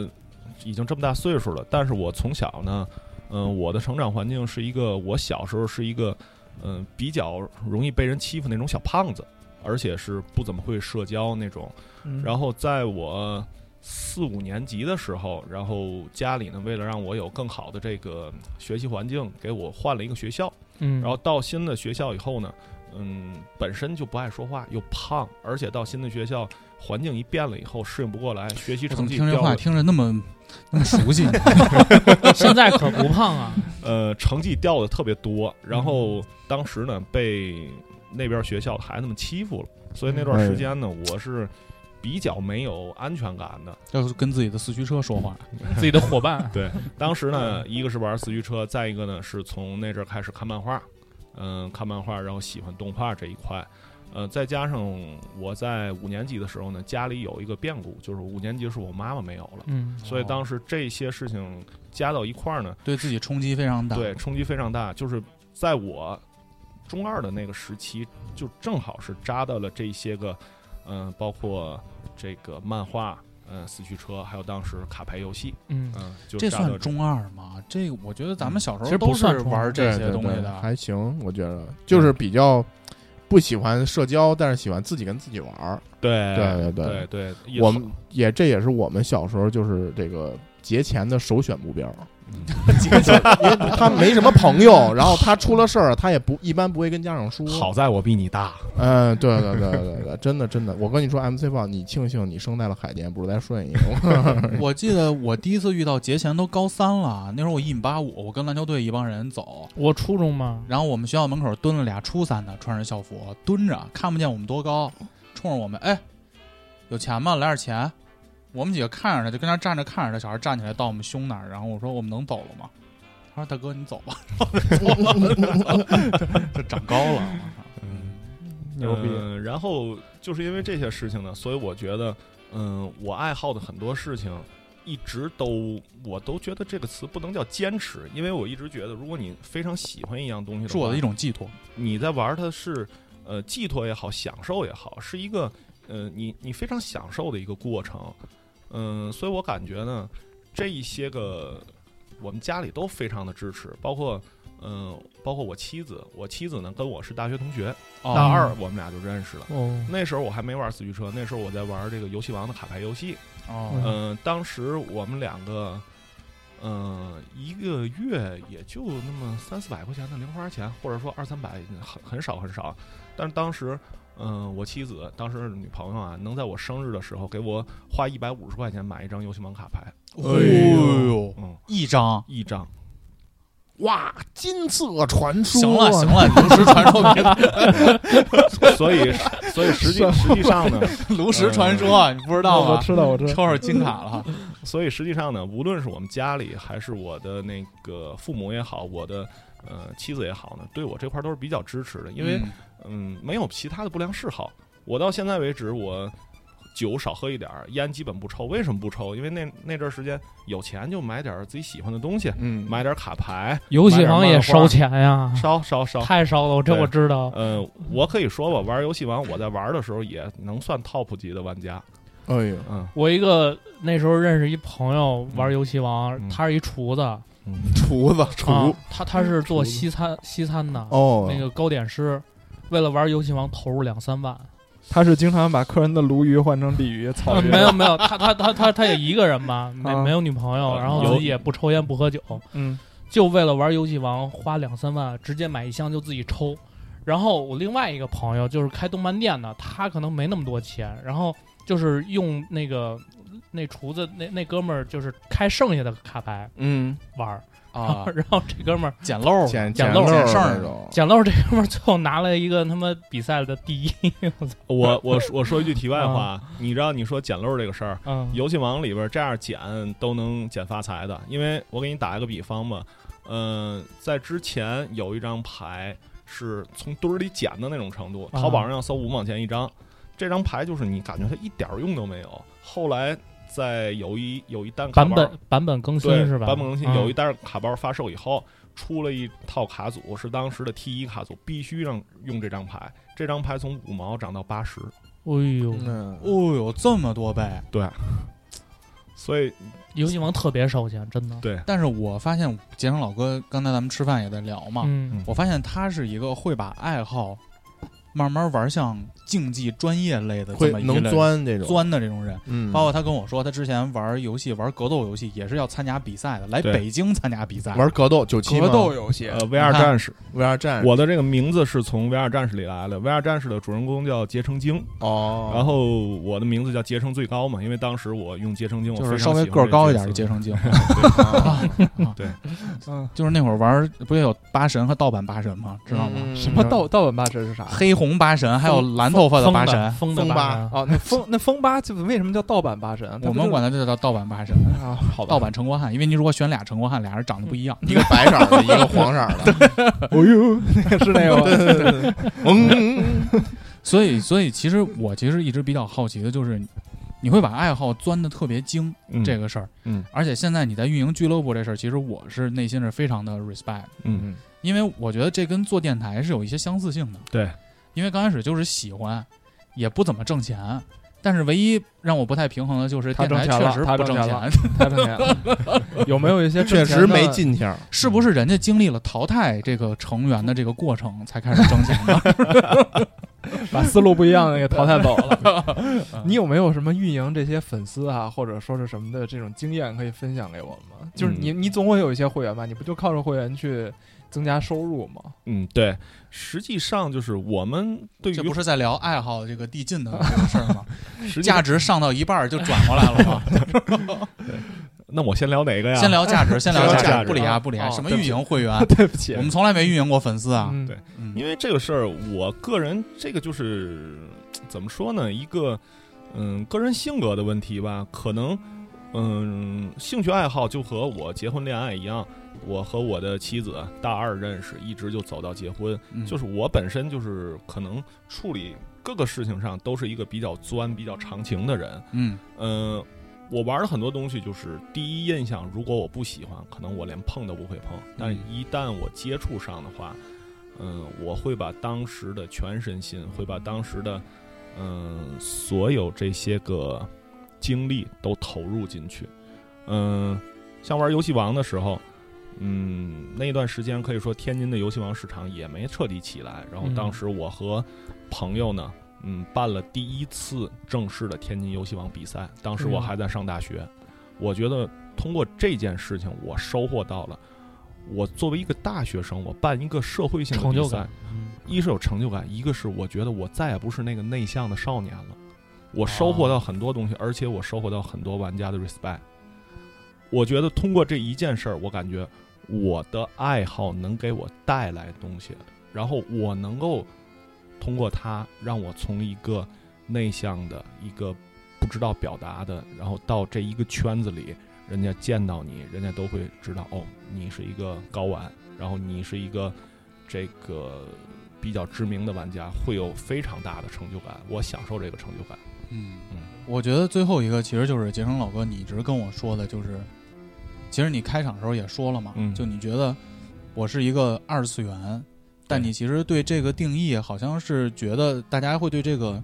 已经这么大岁数了，但是我从小呢，嗯、我的成长环境是一个，我小时候是一个，嗯、比较容易被人欺负那种小胖子，而且是不怎么会社交那种。嗯然后在我四五年级的时候，然后家里呢，为了让我有更好的这个学习环境，给我换了一个学校。嗯，然后到新的学校以后呢，嗯，本身就不爱说话，又胖，而且到新的学校环境一变了以后，适应不过来，学习我怎成么绩听掉这话了，听着那么那么熟悉呢？ 现在可不胖啊，呃，成绩掉的特别多。然后当时呢，被那边学校的孩子们欺负了，所以那段时间呢，我是比较没有安全感的。就是跟自己的四驱车说话， 自己的 伙伴，当时呢，一个是玩四驱车，再一个呢是从那阵儿开始看漫画，嗯、看漫画，然后喜欢动画这一块，呃，再加上我在五年级的时候呢，家里有一个变故，就是五年级的时候我妈妈没有了， 嗯，所以当时这些事情加到一块儿呢，哦对自己冲击非常大。对冲击非常大，就是在我中二的那个时期，呃就正好是扎到了这些个，嗯、包括这个漫画。嗯四驱车，还有当时卡牌游戏，嗯，嗯，就这扎算德中二吗？这个我觉得咱们小时候其实都不是算中二玩这对些对东西对，的。还行，我觉得就是比较不喜欢社交，但是喜欢自己跟自己玩儿。哎对对对对对对也我好们也这也是我们小时候就是这个节前的首选目标，嗯因为他没什么朋友，然后他出了事儿，他也不一般不会跟家长说。好，在我比你大，嗯，对对对对对对，真的真的，我跟你说，MC 放，你庆幸你生在了海淀，不是在顺义。我记得我第一次遇到节前都高三了，那时候我一米八五，我跟篮球队一帮人走，我初中嘛，然后我们学校门口蹲了俩初三的，穿着校服蹲着，看不见我们多高，冲着我们哎，有钱吗？来点钱。我们几个看着他，就跟那儿站着看着他，小孩站起来到我们胸那儿，然后我说我们能走了吗？他说大哥你走吧， 然后我就走了，就长高了。嗯牛逼，嗯然后就是因为这些事情呢，所以我觉得，嗯，我爱好的很多事情，一直都我都觉得这个词不能叫坚持，因为我一直觉得，如果你非常喜欢一样东西是我话的一种寄托。你在玩它是呃寄托也好，享受也好，是一个呃你你非常享受的一个过程。嗯、所以我感觉呢，这一些个我们家里都非常的支持，包括嗯、呃包括我妻子，我妻子呢跟我是大学同学，大哦，二我们俩就认识了。哦，那时候我还没玩四驱车，那时候我在玩这个游戏王的卡牌游戏。哦，嗯、当时我们两个，嗯、一个月也就那么三四百块钱的零花钱，或者说二三百，很很少很少。但是当时，嗯、我妻子当时的女朋友啊，能在我生日的时候给我花一百五十块钱买一张游戏王卡牌，哎呦，嗯，一张。一张。 哇，金色传说，行了行 了，炉石传说别所以，所以实际实际上呢， 炉石传说，你不知道我吗？知道，我知道，抽着金卡了，所以实际上呢，无论是我们家里，还是我的那个父母也好，我的呃妻子也好呢，对我这块儿都是比较支持的，因为嗯嗯没有其他的不良嗜好。我到现在为止，我酒少喝一点儿，烟基本不抽。为什么不抽？因为那那阵儿时间有钱就买点儿自己喜欢的东西，嗯，买点儿卡牌，游戏王也烧钱呀，烧烧烧。哦太烧了，我这对我知道。呃，我可以说吧，玩游戏王，我在玩的时候也能算 top 级的玩家。哎呦， 嗯我一个那时候认识一朋友玩游戏王，嗯他是一厨子，嗯，厨子啊厨，他他是做厨子西餐西餐的，哦，那个糕点师，为了玩游戏王投入两三万，他是经常把客人的鲈鱼换成鲤鱼、草呃鱼，没有没有，他他他他他也一个人嘛，没啊没有女朋友，哦啊然后有自己也不抽烟不喝酒，嗯，就为了玩游戏王花两三万，直接买一箱就自己抽。然后我另外一个朋友就是开动漫店的，他可能没那么多钱，然后就是用那个那厨子那那哥们儿就是开剩下的卡牌嗯，玩儿，啊，然后这哥们儿捡漏儿，捡捡漏漏捡事儿那种，捡漏，这哥们儿最后拿了一个他妈比赛的第一，我操，我我说我说一句题外话，你知道你说捡漏儿这个事儿，嗯，游戏王里边这样捡都能捡发财的，因为我给你打一个比方吧，嗯、在之前有一张牌是从堆儿里捡的那种程度，啊淘宝上要搜五毛钱一张，这张牌就是你感觉它一点儿用都没有。后来在有一有一单卡版包本版本更新对是吧？版本更新嗯有一单卡包发售以后，出了一套卡组是当时的 T 一卡组，必须让用这张牌，这张牌从五毛涨到八十。哎呦，嗯，哦呦，这么多倍！所以游戏王特别烧钱，真的。但是我发现杰成老哥，刚才咱们吃饭也在聊嘛，嗯，我发现他是一个会把爱好慢慢玩向竞技专业类的会这么一能类钻这种，钻的这种人。嗯，包括他跟我说，他之前玩游戏、玩格斗游戏也是要参加比赛的，来对北京参加比赛。玩格斗九七格斗游戏呃，VR 战士 VR 战士，我的这个名字是从《VR 战士》里来的，《VR 战士》的主人公叫结成精，哦，然后我的名字叫结成最高嘛，因为当时我用结成精，我就非是常稍微喜欢个儿这高一角点的色杰成精，嗯， 就是那会儿玩，不也有八神和盗版八神吗？知道吗？嗯什么盗盗版八神是啥？黑红八神，还有蓝头发的疯八神，疯的疯八吧神，哦，那风那风八就为什么叫盗版八神？它不我们就是管它就叫盗版八神，啊，好嗯盗版陈国汉，因为你如果选俩陈国汉，俩人长得不一样。 一个白色的，一个黄色的，哦呦， 那个是那个吗嗯，所以，所以其实我其实一直比较好奇的就是，你会把爱好钻的特别精、嗯这个事儿，嗯，而且现在你在运营俱乐部这事儿，其实我是内心是非常的 respect，嗯因为我觉得这跟做电台是有一些相似性的。对，因为刚开始就是喜欢，也不怎么挣钱，但是唯一让我不太平衡的就是他电台挣钱确了实他不挣挣钱了，太挣钱了。嗯有没有一些挣确钱的实没？进去。 是不是人家经历了淘汰这个成员的这个过程才开始挣钱的？把思路不一样的给淘汰走了。 你有没有什么运营这些粉丝啊，或者说是什么的这种经验可以分享给我们吗？就是你，你总会有一些会员吧？你不就靠着会员去增加收入吗？ 嗯，对，实际上就是我们对于这不是在聊爱好这个递进的这个事儿吗？实际价值上到一半儿就转过来了吗？那我先聊哪个呀？先聊价值，先聊啊先聊价价值，值不理啊不理啊，哦什么对不运起营会员？对不起我，们从来没运营过粉丝啊。嗯对嗯因为这个事儿，我个人这个就是怎么说呢？一个嗯，个人性格的问题吧，可能嗯，兴趣爱好就和我结婚恋爱一样，我和我的妻子大二认识，一直就走到结婚。嗯就是我本身就是可能处理各个事情上都是一个比较钻、比较长情的人。嗯嗯，我玩的很多东西就是第一印象，如果我不喜欢，可能我连碰都不会碰。但一旦我接触上的话，嗯，我会把当时的全身心，会把当时的嗯所有这些个精力都投入进去。嗯，像玩游戏王的时候。嗯，那段时间可以说天津的游戏王市场也没彻底起来。然后嗯当时我和朋友呢，嗯，办了第一次正式的天津游戏王比赛，当时嗯我还在上大学。我觉得通过这件事情，我收获到了我作为一个大学生，我办一个社会性的成比就赛感，嗯一是有成就感，一个是我觉得我再也不是那个内向的少年了，我收获到很多东西，而且我收获到很多玩家的 respect。我觉得通过这一件事儿，我感觉我的爱好能给我带来东西，然后我能够通过它让我从一个内向的、一个不知道表达的，然后到这一个圈子里，人家见到你，人家都会知道哦，你是一个高玩，然后你是一个这个比较知名的玩家，会有非常大的成就感。我享受这个成就感。嗯嗯，我觉得最后一个其实就是杰成老哥，你一直跟我说的就是，其实你开场的时候也说了嘛，嗯就你觉得我是一个二次元，但对你其实对这个定义好像是觉得大家会对这个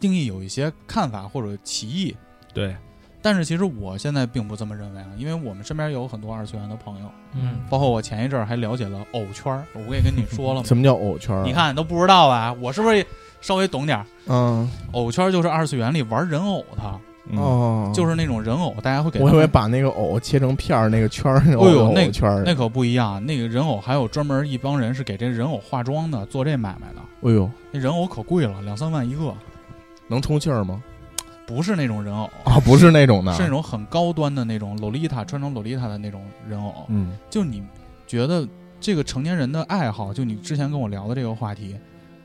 定义有一些看法或者歧义，对，但是其实我现在并不这么认为啊，因为我们身边有很多二次元的朋友，嗯，包括我前一阵儿还了解了偶圈儿，我也跟你说 了嘛，什么叫偶圈？啊你，看都不知道吧？我是不是稍微懂点儿？嗯，偶圈就是二次元里玩人偶的，嗯、哦，就是那种人偶，大家会给他我们。以为把那个偶切成片儿，那个圈儿，那哎呦偶那偶圈儿，那可不一样，那个人偶还有专门一帮人是给这人偶化妆的，做这买卖的。哎呦，那人偶可贵了，两三万一个，能充气儿吗？不是那种人偶，啊，不是那种的，是那种很高端的那种洛丽塔，穿成洛丽塔的那种人偶。嗯，就你觉得这个成年人的爱好，就你之前跟我聊的这个话题，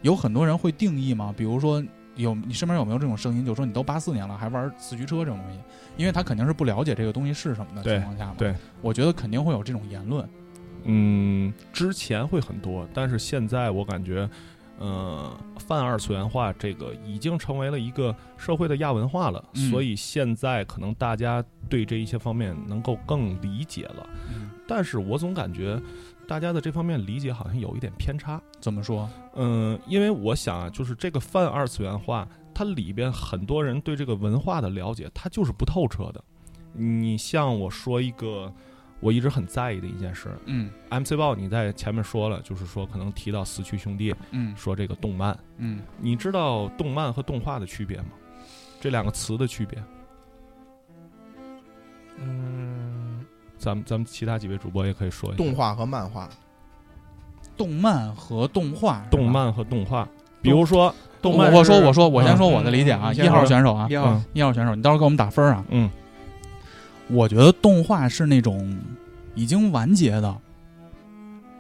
有很多人会定义吗？比如说。有你身边有没有这种声音，就说你都八四年了还玩四驱车这种东西？因为他肯定是不了解这个东西是什么的对情况下嘛。对，我觉得肯定会有这种言论。嗯，之前会很多，但是现在我感觉，呃，泛二次元化这个已经成为了一个社会的亚文化了，嗯所以现在可能大家对这一些方面能够更理解了。但是我总感觉大家的这方面理解好像有一点偏差。怎么说？嗯，因为我想啊，就是这个泛二次元化，它里边很多人对这个文化的了解，它就是不透彻的。你像我说一个我一直很在意的一件事嗯，MC 豹你在前面说了，就是说可能提到四驱兄弟，嗯说这个动漫，嗯，你知道动漫和动画的区别吗？这两个词的区别，嗯，咱们咱们其他几位主播也可以说一下。动画和漫画，动漫和动画，是吧动。漫和动画，比如说动我漫我说是我说我先说我的理解啊，嗯一号选手啊一，号嗯一号选手，你到时候给我们打分啊。嗯我觉得动画是那种已经完结的，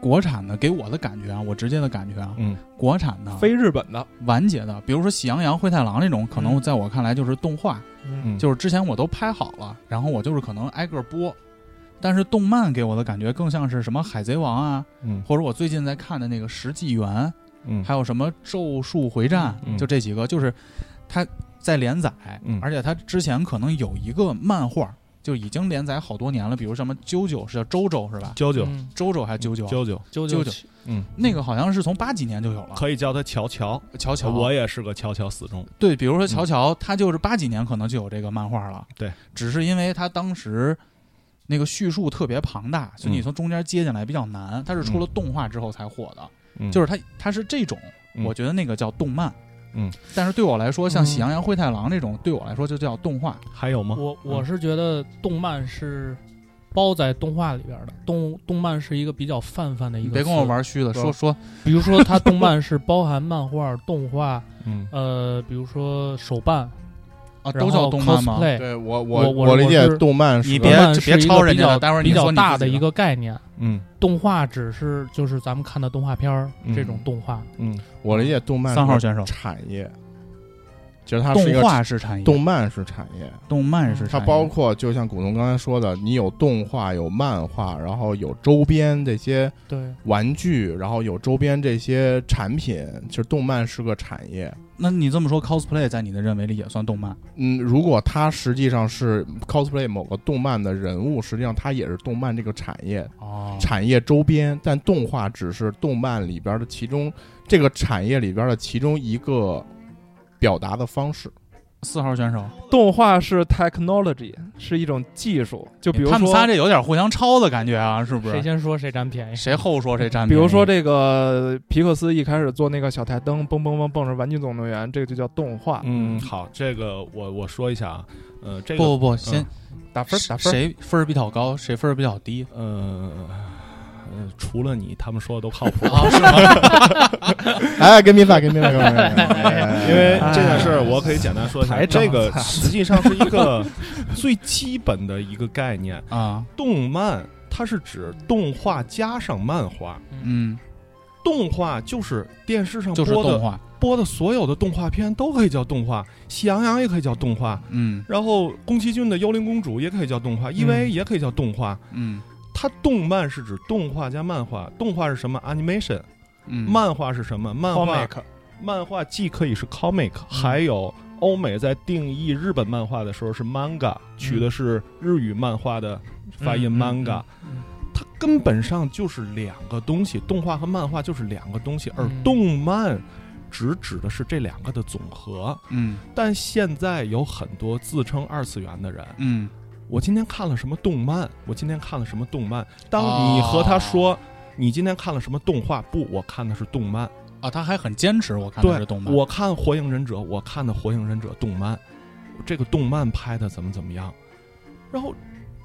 国产的，给我的感觉啊，我直接的感觉啊，嗯国产的非日本的，完结的，比如说《喜羊羊灰太狼》这种，可能嗯在我看来就是动画，嗯，嗯，就是之前我都拍好了，然后我就是可能挨个播。但是动漫给我的感觉更像是什么《海贼王》啊，嗯或者我最近在看的那个《十纪元》，嗯还有什么《咒术回战》嗯就这几个，就是它在连载，嗯而且它之前可能有一个漫画，就已经连载好多年了，比如什么啾啾是叫周周是吧？啾啾嗯周周还是啾啾啊？啾啾，啾啾啾啾起嗯，那个好像是从八几年就有了。可以叫他乔乔，乔乔，我也是个乔乔死忠。对，比如说嗯乔乔，他就是八几年可能就有这个漫画了。对，只是因为他当时那个叙述特别庞大，所以嗯你从中间接进来比较难。他是出了动画之后才火的，嗯就是他他是这种，嗯我觉得那个叫动漫。嗯，但是对我来说，像嗯《喜羊羊灰太狼》这种，对我来说就叫动画。还有吗？嗯我我是觉得动漫是包在动画里边的，动动漫是一个比较泛泛的一你个。别跟我，玩虚的，说说比如说它动漫是包含漫画、动画，嗯，呃，比如说手办，啊，然都叫后动漫吗？ cosplay，对我哎我我我是理解我是动漫是你个别动漫是别一抄个人比家的较待会儿你比较说你大自的己一的个概念。嗯动画只是就是咱们看的动画片儿、这种嗯动画，嗯我理解动漫是三号选手，产业，其实它是动一个嗯画是产业，动漫是产业，动漫是它产业包括就像古东刚才说的，你有动画，有漫画，然后有周边这些对，玩具，然后有周边这些产品，其实动漫是个产业。那你这么说，cosplay 在你的认为里也算动漫？嗯，如果它实际上是 cosplay 某个动漫的人物，实际上它也是动漫这个产业哦产业周边，但动画只是动漫里边的其中这个产业里边的其中一个表达的方式。四号选手，动画是 technology，是一种技术，就比如说他们仨这有点互相抄的感觉啊，是不谁是？先说谁占便宜。谁后说谁占比便宜？如说这个皮克斯一开始做那个小台灯，蹦蹦蹦蹦着《玩具总动员》，这个就叫动画，嗯，好，这个我我说一下啊，呃，这不不个不，先打分打分。谁分儿比较高，谁分儿比较低呃呃，除了你，他们说的都靠谱。 啊？是吗？哎，给米饭，给米饭，给米饭， 因为这件事儿，我可以简单说一下，哎这个台长实际上是一个 最基本的一个概念。啊，动漫它是指动画加上漫画，嗯，动画就是电视上就是播动的画，播的所有的动画片都可以叫动画，《喜羊羊》也可以叫动画，嗯然后宫崎骏的《幽灵公主》也可以叫动画，《因为也可以叫动画。嗯它动漫是指动画加漫画，动画是什么？animation，嗯，漫画是什么？漫画 comic 嗯漫画既可以是 comic，还有欧美在定义日本漫画的时候是 manga，取的是日语漫画的发音嗯嗯 manga，它根本上就是两个东西，动画和漫画就是两个东西，而嗯动漫只指的是这两个的总和。嗯但现在有很多自称二次元的人，嗯我今天看了什么动漫，我今天看了什么动漫，当你和他说。你今天看了什么动画？不，我看的是动漫。啊，他还很坚持，我看对的是动漫，我看《火影忍者》，我看的《火影忍者》动漫，这个动漫拍的怎么怎么样，然后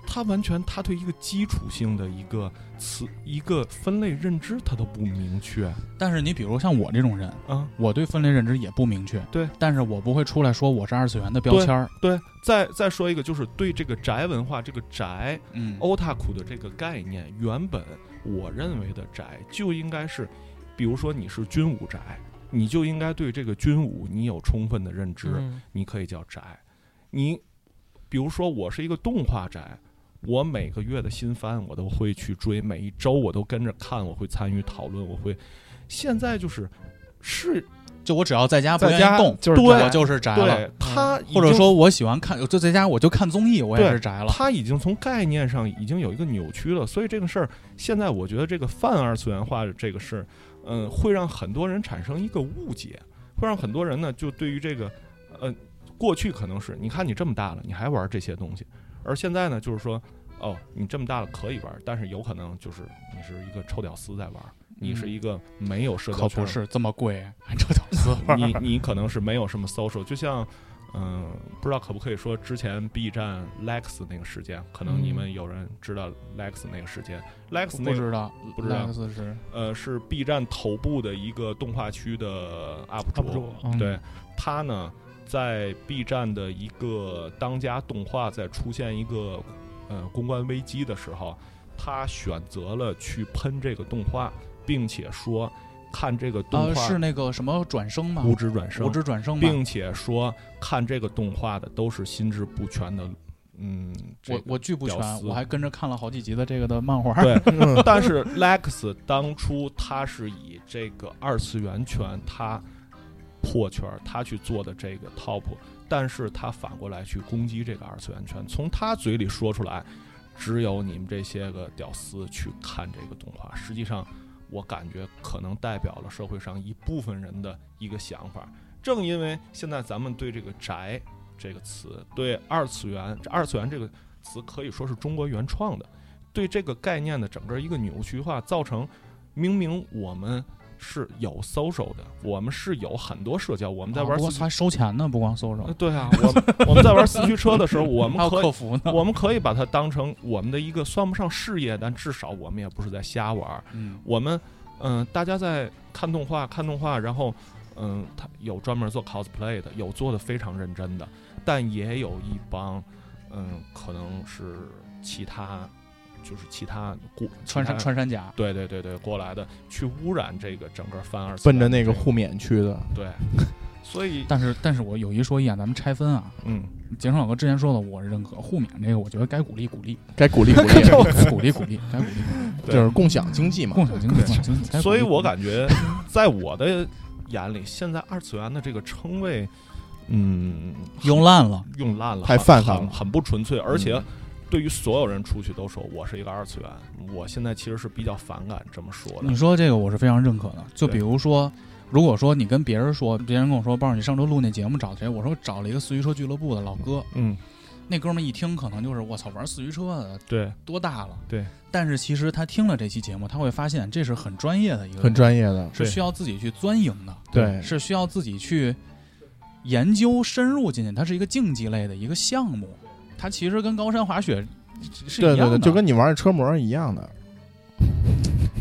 他完全他对一个基础性的一个词一个分类认知他都不明确但是你比如像我这种人，啊。我对分类认知也不明确，对，但是我不会出来说我是二次元的标签儿，对，再再说一个，就是对这个宅文化这个宅嗯，欧塔库的这个概念，原本我认为的宅就应该是，比如说你是军武宅，你就应该对这个军武你有充分的认知。嗯，你可以叫宅。你比如说，我是一个动画宅，我每个月的新番我都会去追，每一周我都跟着看，我会参与讨论，我会。现在就是是就我只要在家不在愿家意动，就是对我宅就是宅了，对他已或经，者说我喜欢看，就在家我就看综艺，我也对是宅了，他已经从概念上已经有一个扭曲了，所以这个事儿现在我觉得这个泛二次元化的这个事儿，嗯，会让很多人产生一个误解，会让很多人呢就对于这个，呃，过去可能是你看你这么大了，你还玩这些东西，而现在呢就是说，哦，你这么大了可以玩，但是有可能就是你是一个臭屌丝在玩，你是一个没有社交嗯可圈不儿是这么贵，还 这屌丝玩儿 你你可能是没有什么 social，就像，嗯、不知道可不可以说之前 B 站 Lex 那个事件，可能嗯你们有人知道 Lex 那个事件、l e x 不那个知道，不知道 Lex 是呃是 B 站头部的一个动画区的 UP 主，他不住，嗯对他呢在 B 站的一个当家动画在出现一个呃公关危机的时候，他选择了去喷这个动画，并且说看这个动呃画、是那个什么转生吗？无知转生无。知转生吗？并且说看这个动画的都是心智不全的，嗯，这我个 我巨不全屌，丝我还跟着看了好几集的这个的漫画。对 嗯但是 Lex 当初他是以这个二次元圈他破圈儿，他去做的这个 top，但是他反过来去攻击这个二次元圈，从他嘴里说出来，只有你们这些个屌丝去看这个动画，实际上。我感觉可能代表了社会上一部分人的一个想法。正因为现在咱们对这个“宅”这个词，对二次元，这二次元这个词可以说是中国原创的，对这个概念的整个一个扭曲化，造成明明我们是有 social 的，我们是有很多社交，我们在玩我四驱，还收钱呢，不光搜搜呃，对啊，我们我们在玩四驱车的时候，还我有们可以客服呢。我们可以把它当成我们的一个算不上事业，但至少我们也不是在瞎玩儿。嗯，我们嗯、呃大家在看动画，看动画，然后嗯，他有专门做 cosplay 的，有做的非常认真的，但也有一帮嗯，可能是其他就是其他过穿山。其他穿山甲，对对对对，过来的去污染这个整个泛二次奔元的着那个这互免去的。对，所以但是但是我有一说一啊，咱们拆分啊，嗯，杰成老哥之前说的，我认可互免这个，我觉得该鼓励鼓励，该 鼓励鼓励，鼓励鼓励，该鼓励对就是共享经济嘛。共享经济，共享经济。该鼓励所以我鼓励感觉，在我的眼里，现在二次元的这个称谓，嗯，用烂了，用烂了，太很泛泛很了很不纯粹，而且嗯对于所有人出去都说我是一个二次元，我现在其实是比较反感这么说的你。说这个我是非常认可的。就对比如说，如果说你跟别人说，别人跟我说，包儿，你上周录那节目找谁？我说找了一个四驱车俱乐部的老哥，嗯，那哥们儿一听可能就是我操，玩四驱车的对，多大了？对。但是其实他听了这期节目，他会发现这是很专业的一个，很专业的，是对需要自己去钻营的，对是需要自己去研究深入进去。它是一个竞技类的一个项目，它其实跟高山滑雪是一对样对的，对，就跟你玩的车模一样的。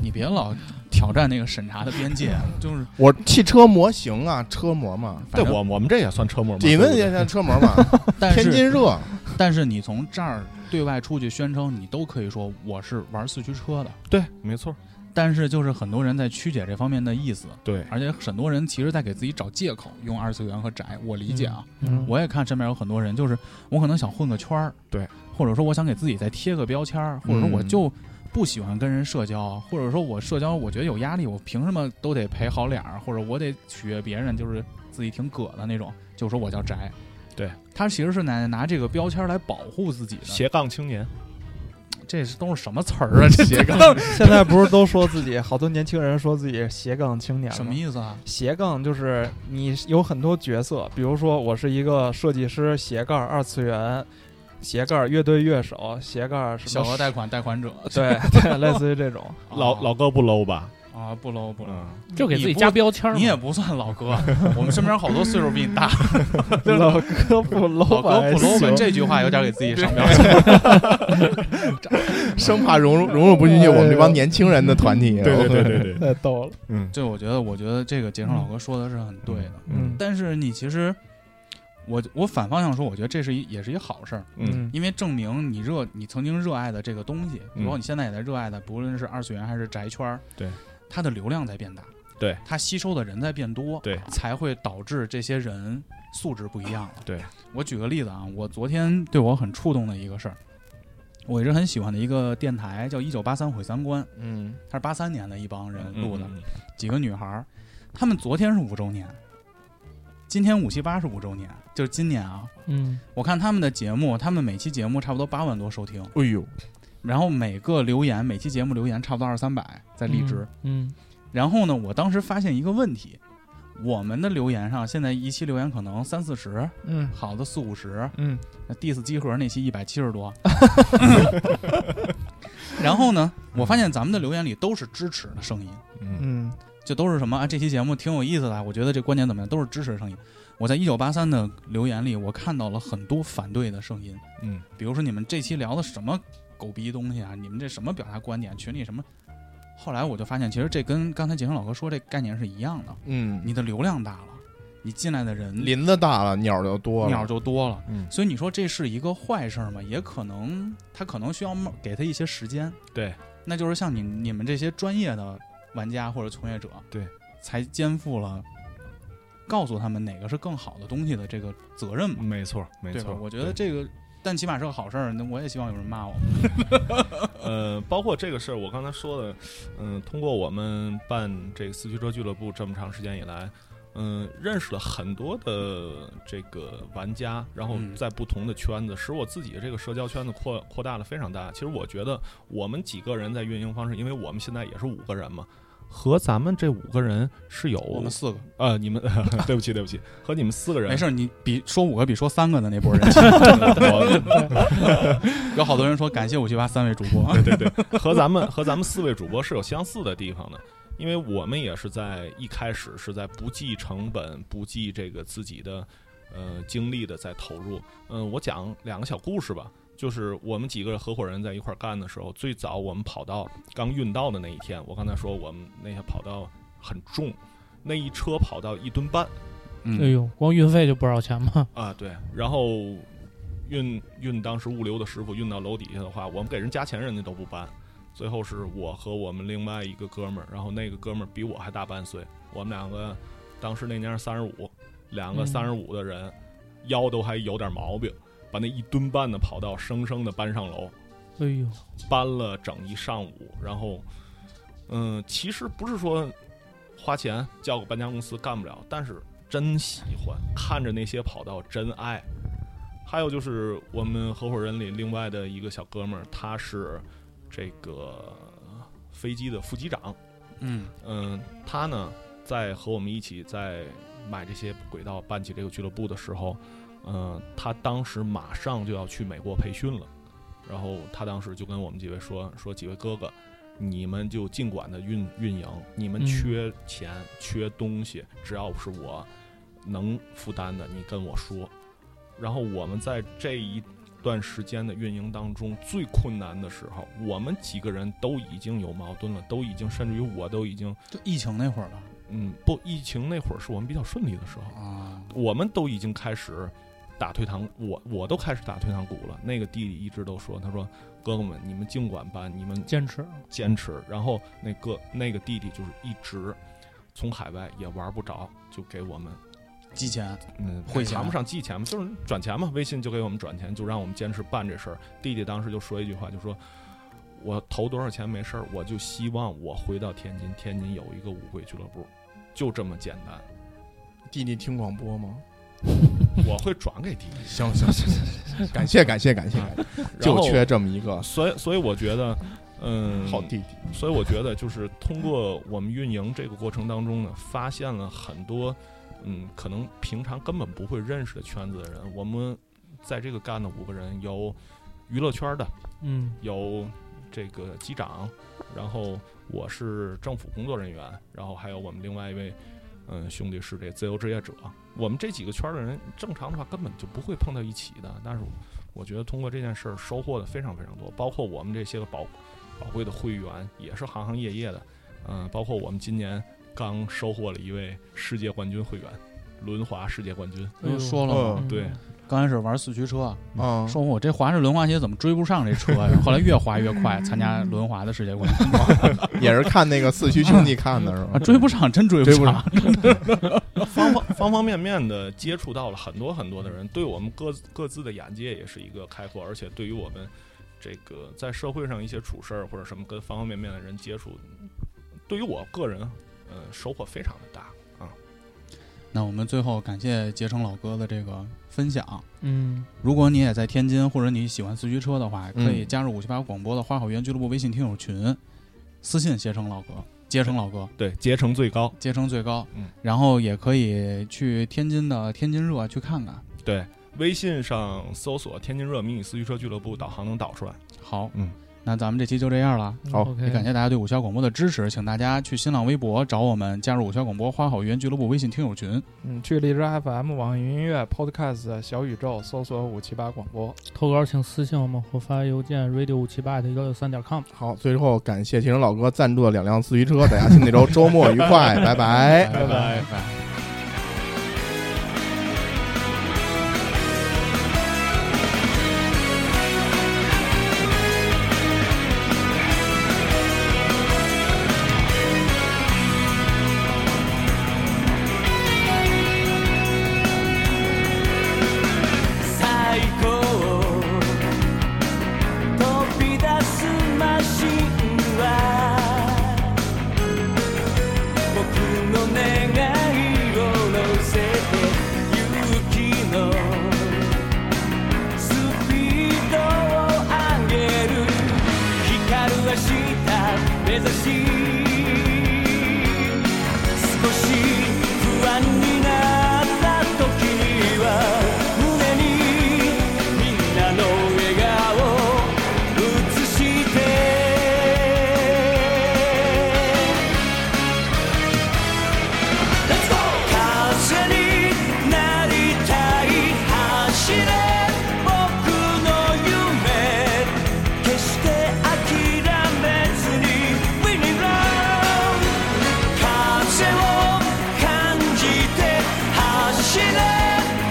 你别老挑战那个审查的边 界，就是我汽车模型啊，车模嘛，反对正我我们这也算车模吗？你对们不对也像车模嘛，但天是津热，但是你从这儿对外出去宣称，你都可以说我是玩四驱车的。对，没错，但是就是很多人在曲解这方面的意思，对而且很多人其实在给自己找借口，用二次元和宅。我理解啊，嗯我也看身边有很多人，就是我可能想混个圈儿，对，或者说我想给自己再贴个标签儿，或者说嗯我就不喜欢跟人社交，或者说我社交我觉得有压力，我凭什么都得陪好脸儿，或者我得取悦别人，就是自己挺葛的那种，就说我叫宅。对，他其实是拿拿这个标签儿来保护自己的，斜杠青年，这是都是什么词 儿啊？这斜杠现在不是都说自己好多年轻人说自己是斜杠青年吗？什么意思啊？斜杠就是你有很多角色，比如说我是一个设计师，斜杠二次元，斜杠乐队乐手，斜杠什小么额贷款贷款者，对对，类似于 这种。啊老老哥不 low 吧？啊，不 low 不 low。嗯，就给自己加标签儿嘛。你也不算老 哥，啊我们身边好多岁数比 你大，老哥不老搂吧，哥不 low 吧？行这句话有点给自己 上标签。生怕融入融入不进去我们这帮年轻人的团体。对对对对对，太逗了。嗯这我觉得，我觉得这个杰成老哥说的是很对的。嗯但是你其实，我我反方向说，我觉得这是一也是一好事儿，嗯，因为证明你热你曾经热爱的这个东西，嗯然后你现在也在热爱的，不论是二次元还是宅圈儿，对，它的流量在变大，对，它吸收的人在变多，对才会导致这些人素质不一样了。对，我举个例子啊，我昨天对我很触动的一个事儿，我一直很喜欢的一个电台叫《一九八三毁三观》，嗯，它是八三年的一帮人录的，嗯，嗯几个女孩儿，她们昨天是五周年，今天五七八是五周年，就是今年啊。嗯，我看他们的节目，他们每期节目差不多八万多收听，哎呦，然后每个留言，每期节目留言差不多二三百，在荔枝。嗯，然后呢，我当时发现一个问题，我们的留言上现在一期留言可能三四十，嗯好的四五十，嗯那 diss 集合那期一百七十多。然后呢，我发现咱们的留言里都是支持的声音。嗯嗯就都是什么啊？这期节目挺有意思的，我觉得这观点怎么样，都是支持的声音。我在一九八三的留言里，我看到了很多反对的声音，嗯，比如说你们这期聊的什么狗逼东西啊，你们这什么表达观点，群里什么。后来我就发现，其实这跟刚才杰成老哥说这概念是一样的，嗯，你的流量大了，你进来的人林子大了，鸟儿就多了，鸟就多了，嗯所以你说这是一个坏事儿吗？也可能他可能需要慢给他一些时间，对，那就是像你你们这些专业的玩家或者从业者，对，才肩负了告诉他们哪个是更好的东西的这个责任嘛，嗯没错没对吧错，？我觉得这个，但起码是个好事儿，那我也希望有人骂我，呃，包括这个事儿，我刚才说的，嗯、通过我们办这个四驱车俱乐部这么长时间以来，嗯，认识了很多的这个玩家，然后嗯在不同的圈子，使我自己的这个社交圈子扩扩大了非常大。其实我觉得我们几个人在运营方式，因为我们现在也是五个人嘛，和咱们这五个人是啊有我们四个，呃，你们 对不起对不起，和你们四个人没事，儿，你比说五个比说三个的那波人， 我有好多人说感谢五七八三位主播，啊对对对， 和咱们和咱们四位主播是有相似的地方的，因为我们也是在一开始是在不计成本、不计这个自己的呃精力的在投入。嗯、我讲两个小故事吧，就是我们几个合伙人在一块儿干的时候，最早我们跑到刚运到的那一天，我刚才说我们那天跑到很重，那一车跑到一吨半。哎嗯，呦，光运费就不少钱嘛。啊，对，然后运运当时物流的师傅运到楼底下的话，我们给人加钱，人家都不搬。最后是我和我们另外一个哥们儿，然后那个哥们儿比我还大半岁，我们两个当时那年是三十五，两个嗯三十五的人、腰都还有点毛病，把那一吨半的跑道生生的搬上楼，哎呦，搬了整一上午，然后，嗯，其实不是说花钱叫个搬家公司干不了，但是真喜欢，看着那些跑道真爱。还有就是我们合伙人里另外的一个小哥们儿，他是这个飞机的副机长， 嗯，嗯，他呢在和我们一起在买这些轨道办起这个俱乐部的时候，嗯，他当时马上就要去美国培训了，然后他当时就跟我们几位说说几位哥哥，你们就尽管的运运营，你们嗯缺钱、缺东西，只要是我能负担的，你跟我说。然后我们在这一段时间的运营当中，最困难的时候，我们几个人都已经有矛盾了，都已经甚至于我都已经就疫情那会儿吧，嗯，不，疫情那会儿是我们比较顺利的时候，啊，我们都已经开始打退堂，我我都开始打退堂鼓了。那个弟弟一直都说，他说哥哥们，你们尽管搬，你们坚持，坚持。然后那个那个弟弟就是一直从海外也玩不着，就给我们寄钱，嗯，汇钱谈不上寄钱嘛，就是转钱嘛，微信就给我们转钱，就让我们坚持办这事儿。弟弟当时就说一句话，就说。我投多少钱没事儿，我就希望我回到天津，天津有一个舞会俱乐部，就这么简单。弟弟听广播吗？我会转给弟弟。行行行行行，感谢感谢感谢，感谢然就后缺这么一个 所以所以我觉得，嗯，好弟弟。所以我觉得就是通过我们运营这个过程当中呢，发现了很多，嗯，可能平常根本不会认识的圈子的人。我们在这个干的五个人，有娱乐圈的，嗯，有这个机长，然后我是政府工作人员，然后还有我们另外一位。嗯，兄弟是这自由职业者，我们这几个圈儿的人，正常的话根本就不会碰到一起的。但是我觉得通过这件事儿收获的非常非常多，包括我们这些个宝宝贵的会员也是行行业业的，嗯、包括我们今年刚收获了一位世界冠军会员，轮滑世界冠军，哎呦就说了嘛，嗯对，刚开始玩四驱车，啊嗯，说我这滑着轮滑鞋怎么追不上这车呀？后来越滑越快，参加轮滑的世界冠军，也是看那个四驱兄弟看的是啊，吧？追不上，真追追不上上，方方方方面面的接触到了很多很多的人，对我们各各自的眼界也是一个开阔，而且对于我们这个在社会上一些处事儿或者什么跟方方面面的人接触，对于我个人，呃，收获非常的大。 那我们最后感谢杰成老哥的这个分享。嗯，如果你也在天津，或者你喜欢四驱车的话，嗯可以加入五七八广播的花好园俱乐部微信听友群，私信携程老哥，杰成老哥，对，结成最高，杰成最高。嗯然后也可以去天津的天津热去看看。对，微信上搜索“天津热迷你四驱车俱乐部”，导航能导出来。好，嗯，那咱们这期就这样了。好嗯，OK，也感谢大家对五七八广播的支持，请大家去新浪微博找我们，加入五七八广播花好园俱乐部微信听友群。嗯，去荔枝 FM、网易云音乐、Podcast、小宇宙搜索五七八广播。投稿请私信我们或发邮件 radio 五七八幺六三点 com。好，最后感谢秦人老哥赞助的两辆四驱车，大家新的一周周末愉快，拜拜。拜哎拜拜拜最高飛び出すマシンは僕の願い目指し少し不安になった時には胸にみんなの笑顔を映して風になりたい走れ僕の夢決して諦めずに Winning Run 風を感じて走れ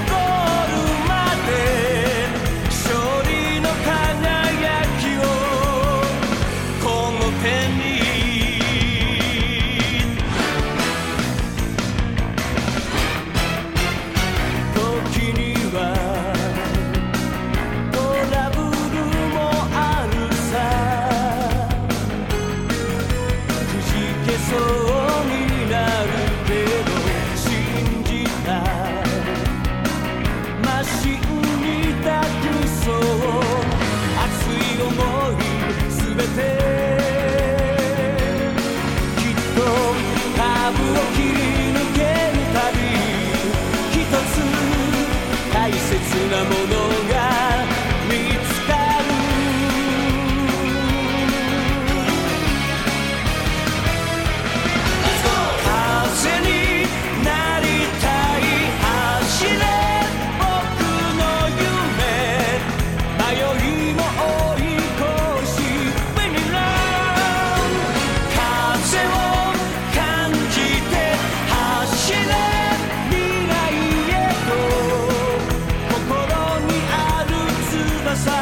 ゴールまで勝利の輝きをこの手に時にはトラブルもあるさくじけそうになるけど信じたマシンに託そう熱い思いすべてきっとタブを切り抜けるたび一つの大切なものが見つかる風になりたい走れ僕の夢迷いも追い越し Winning Run 風を感じて走れ未来へと心にある翼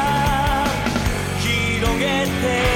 広げて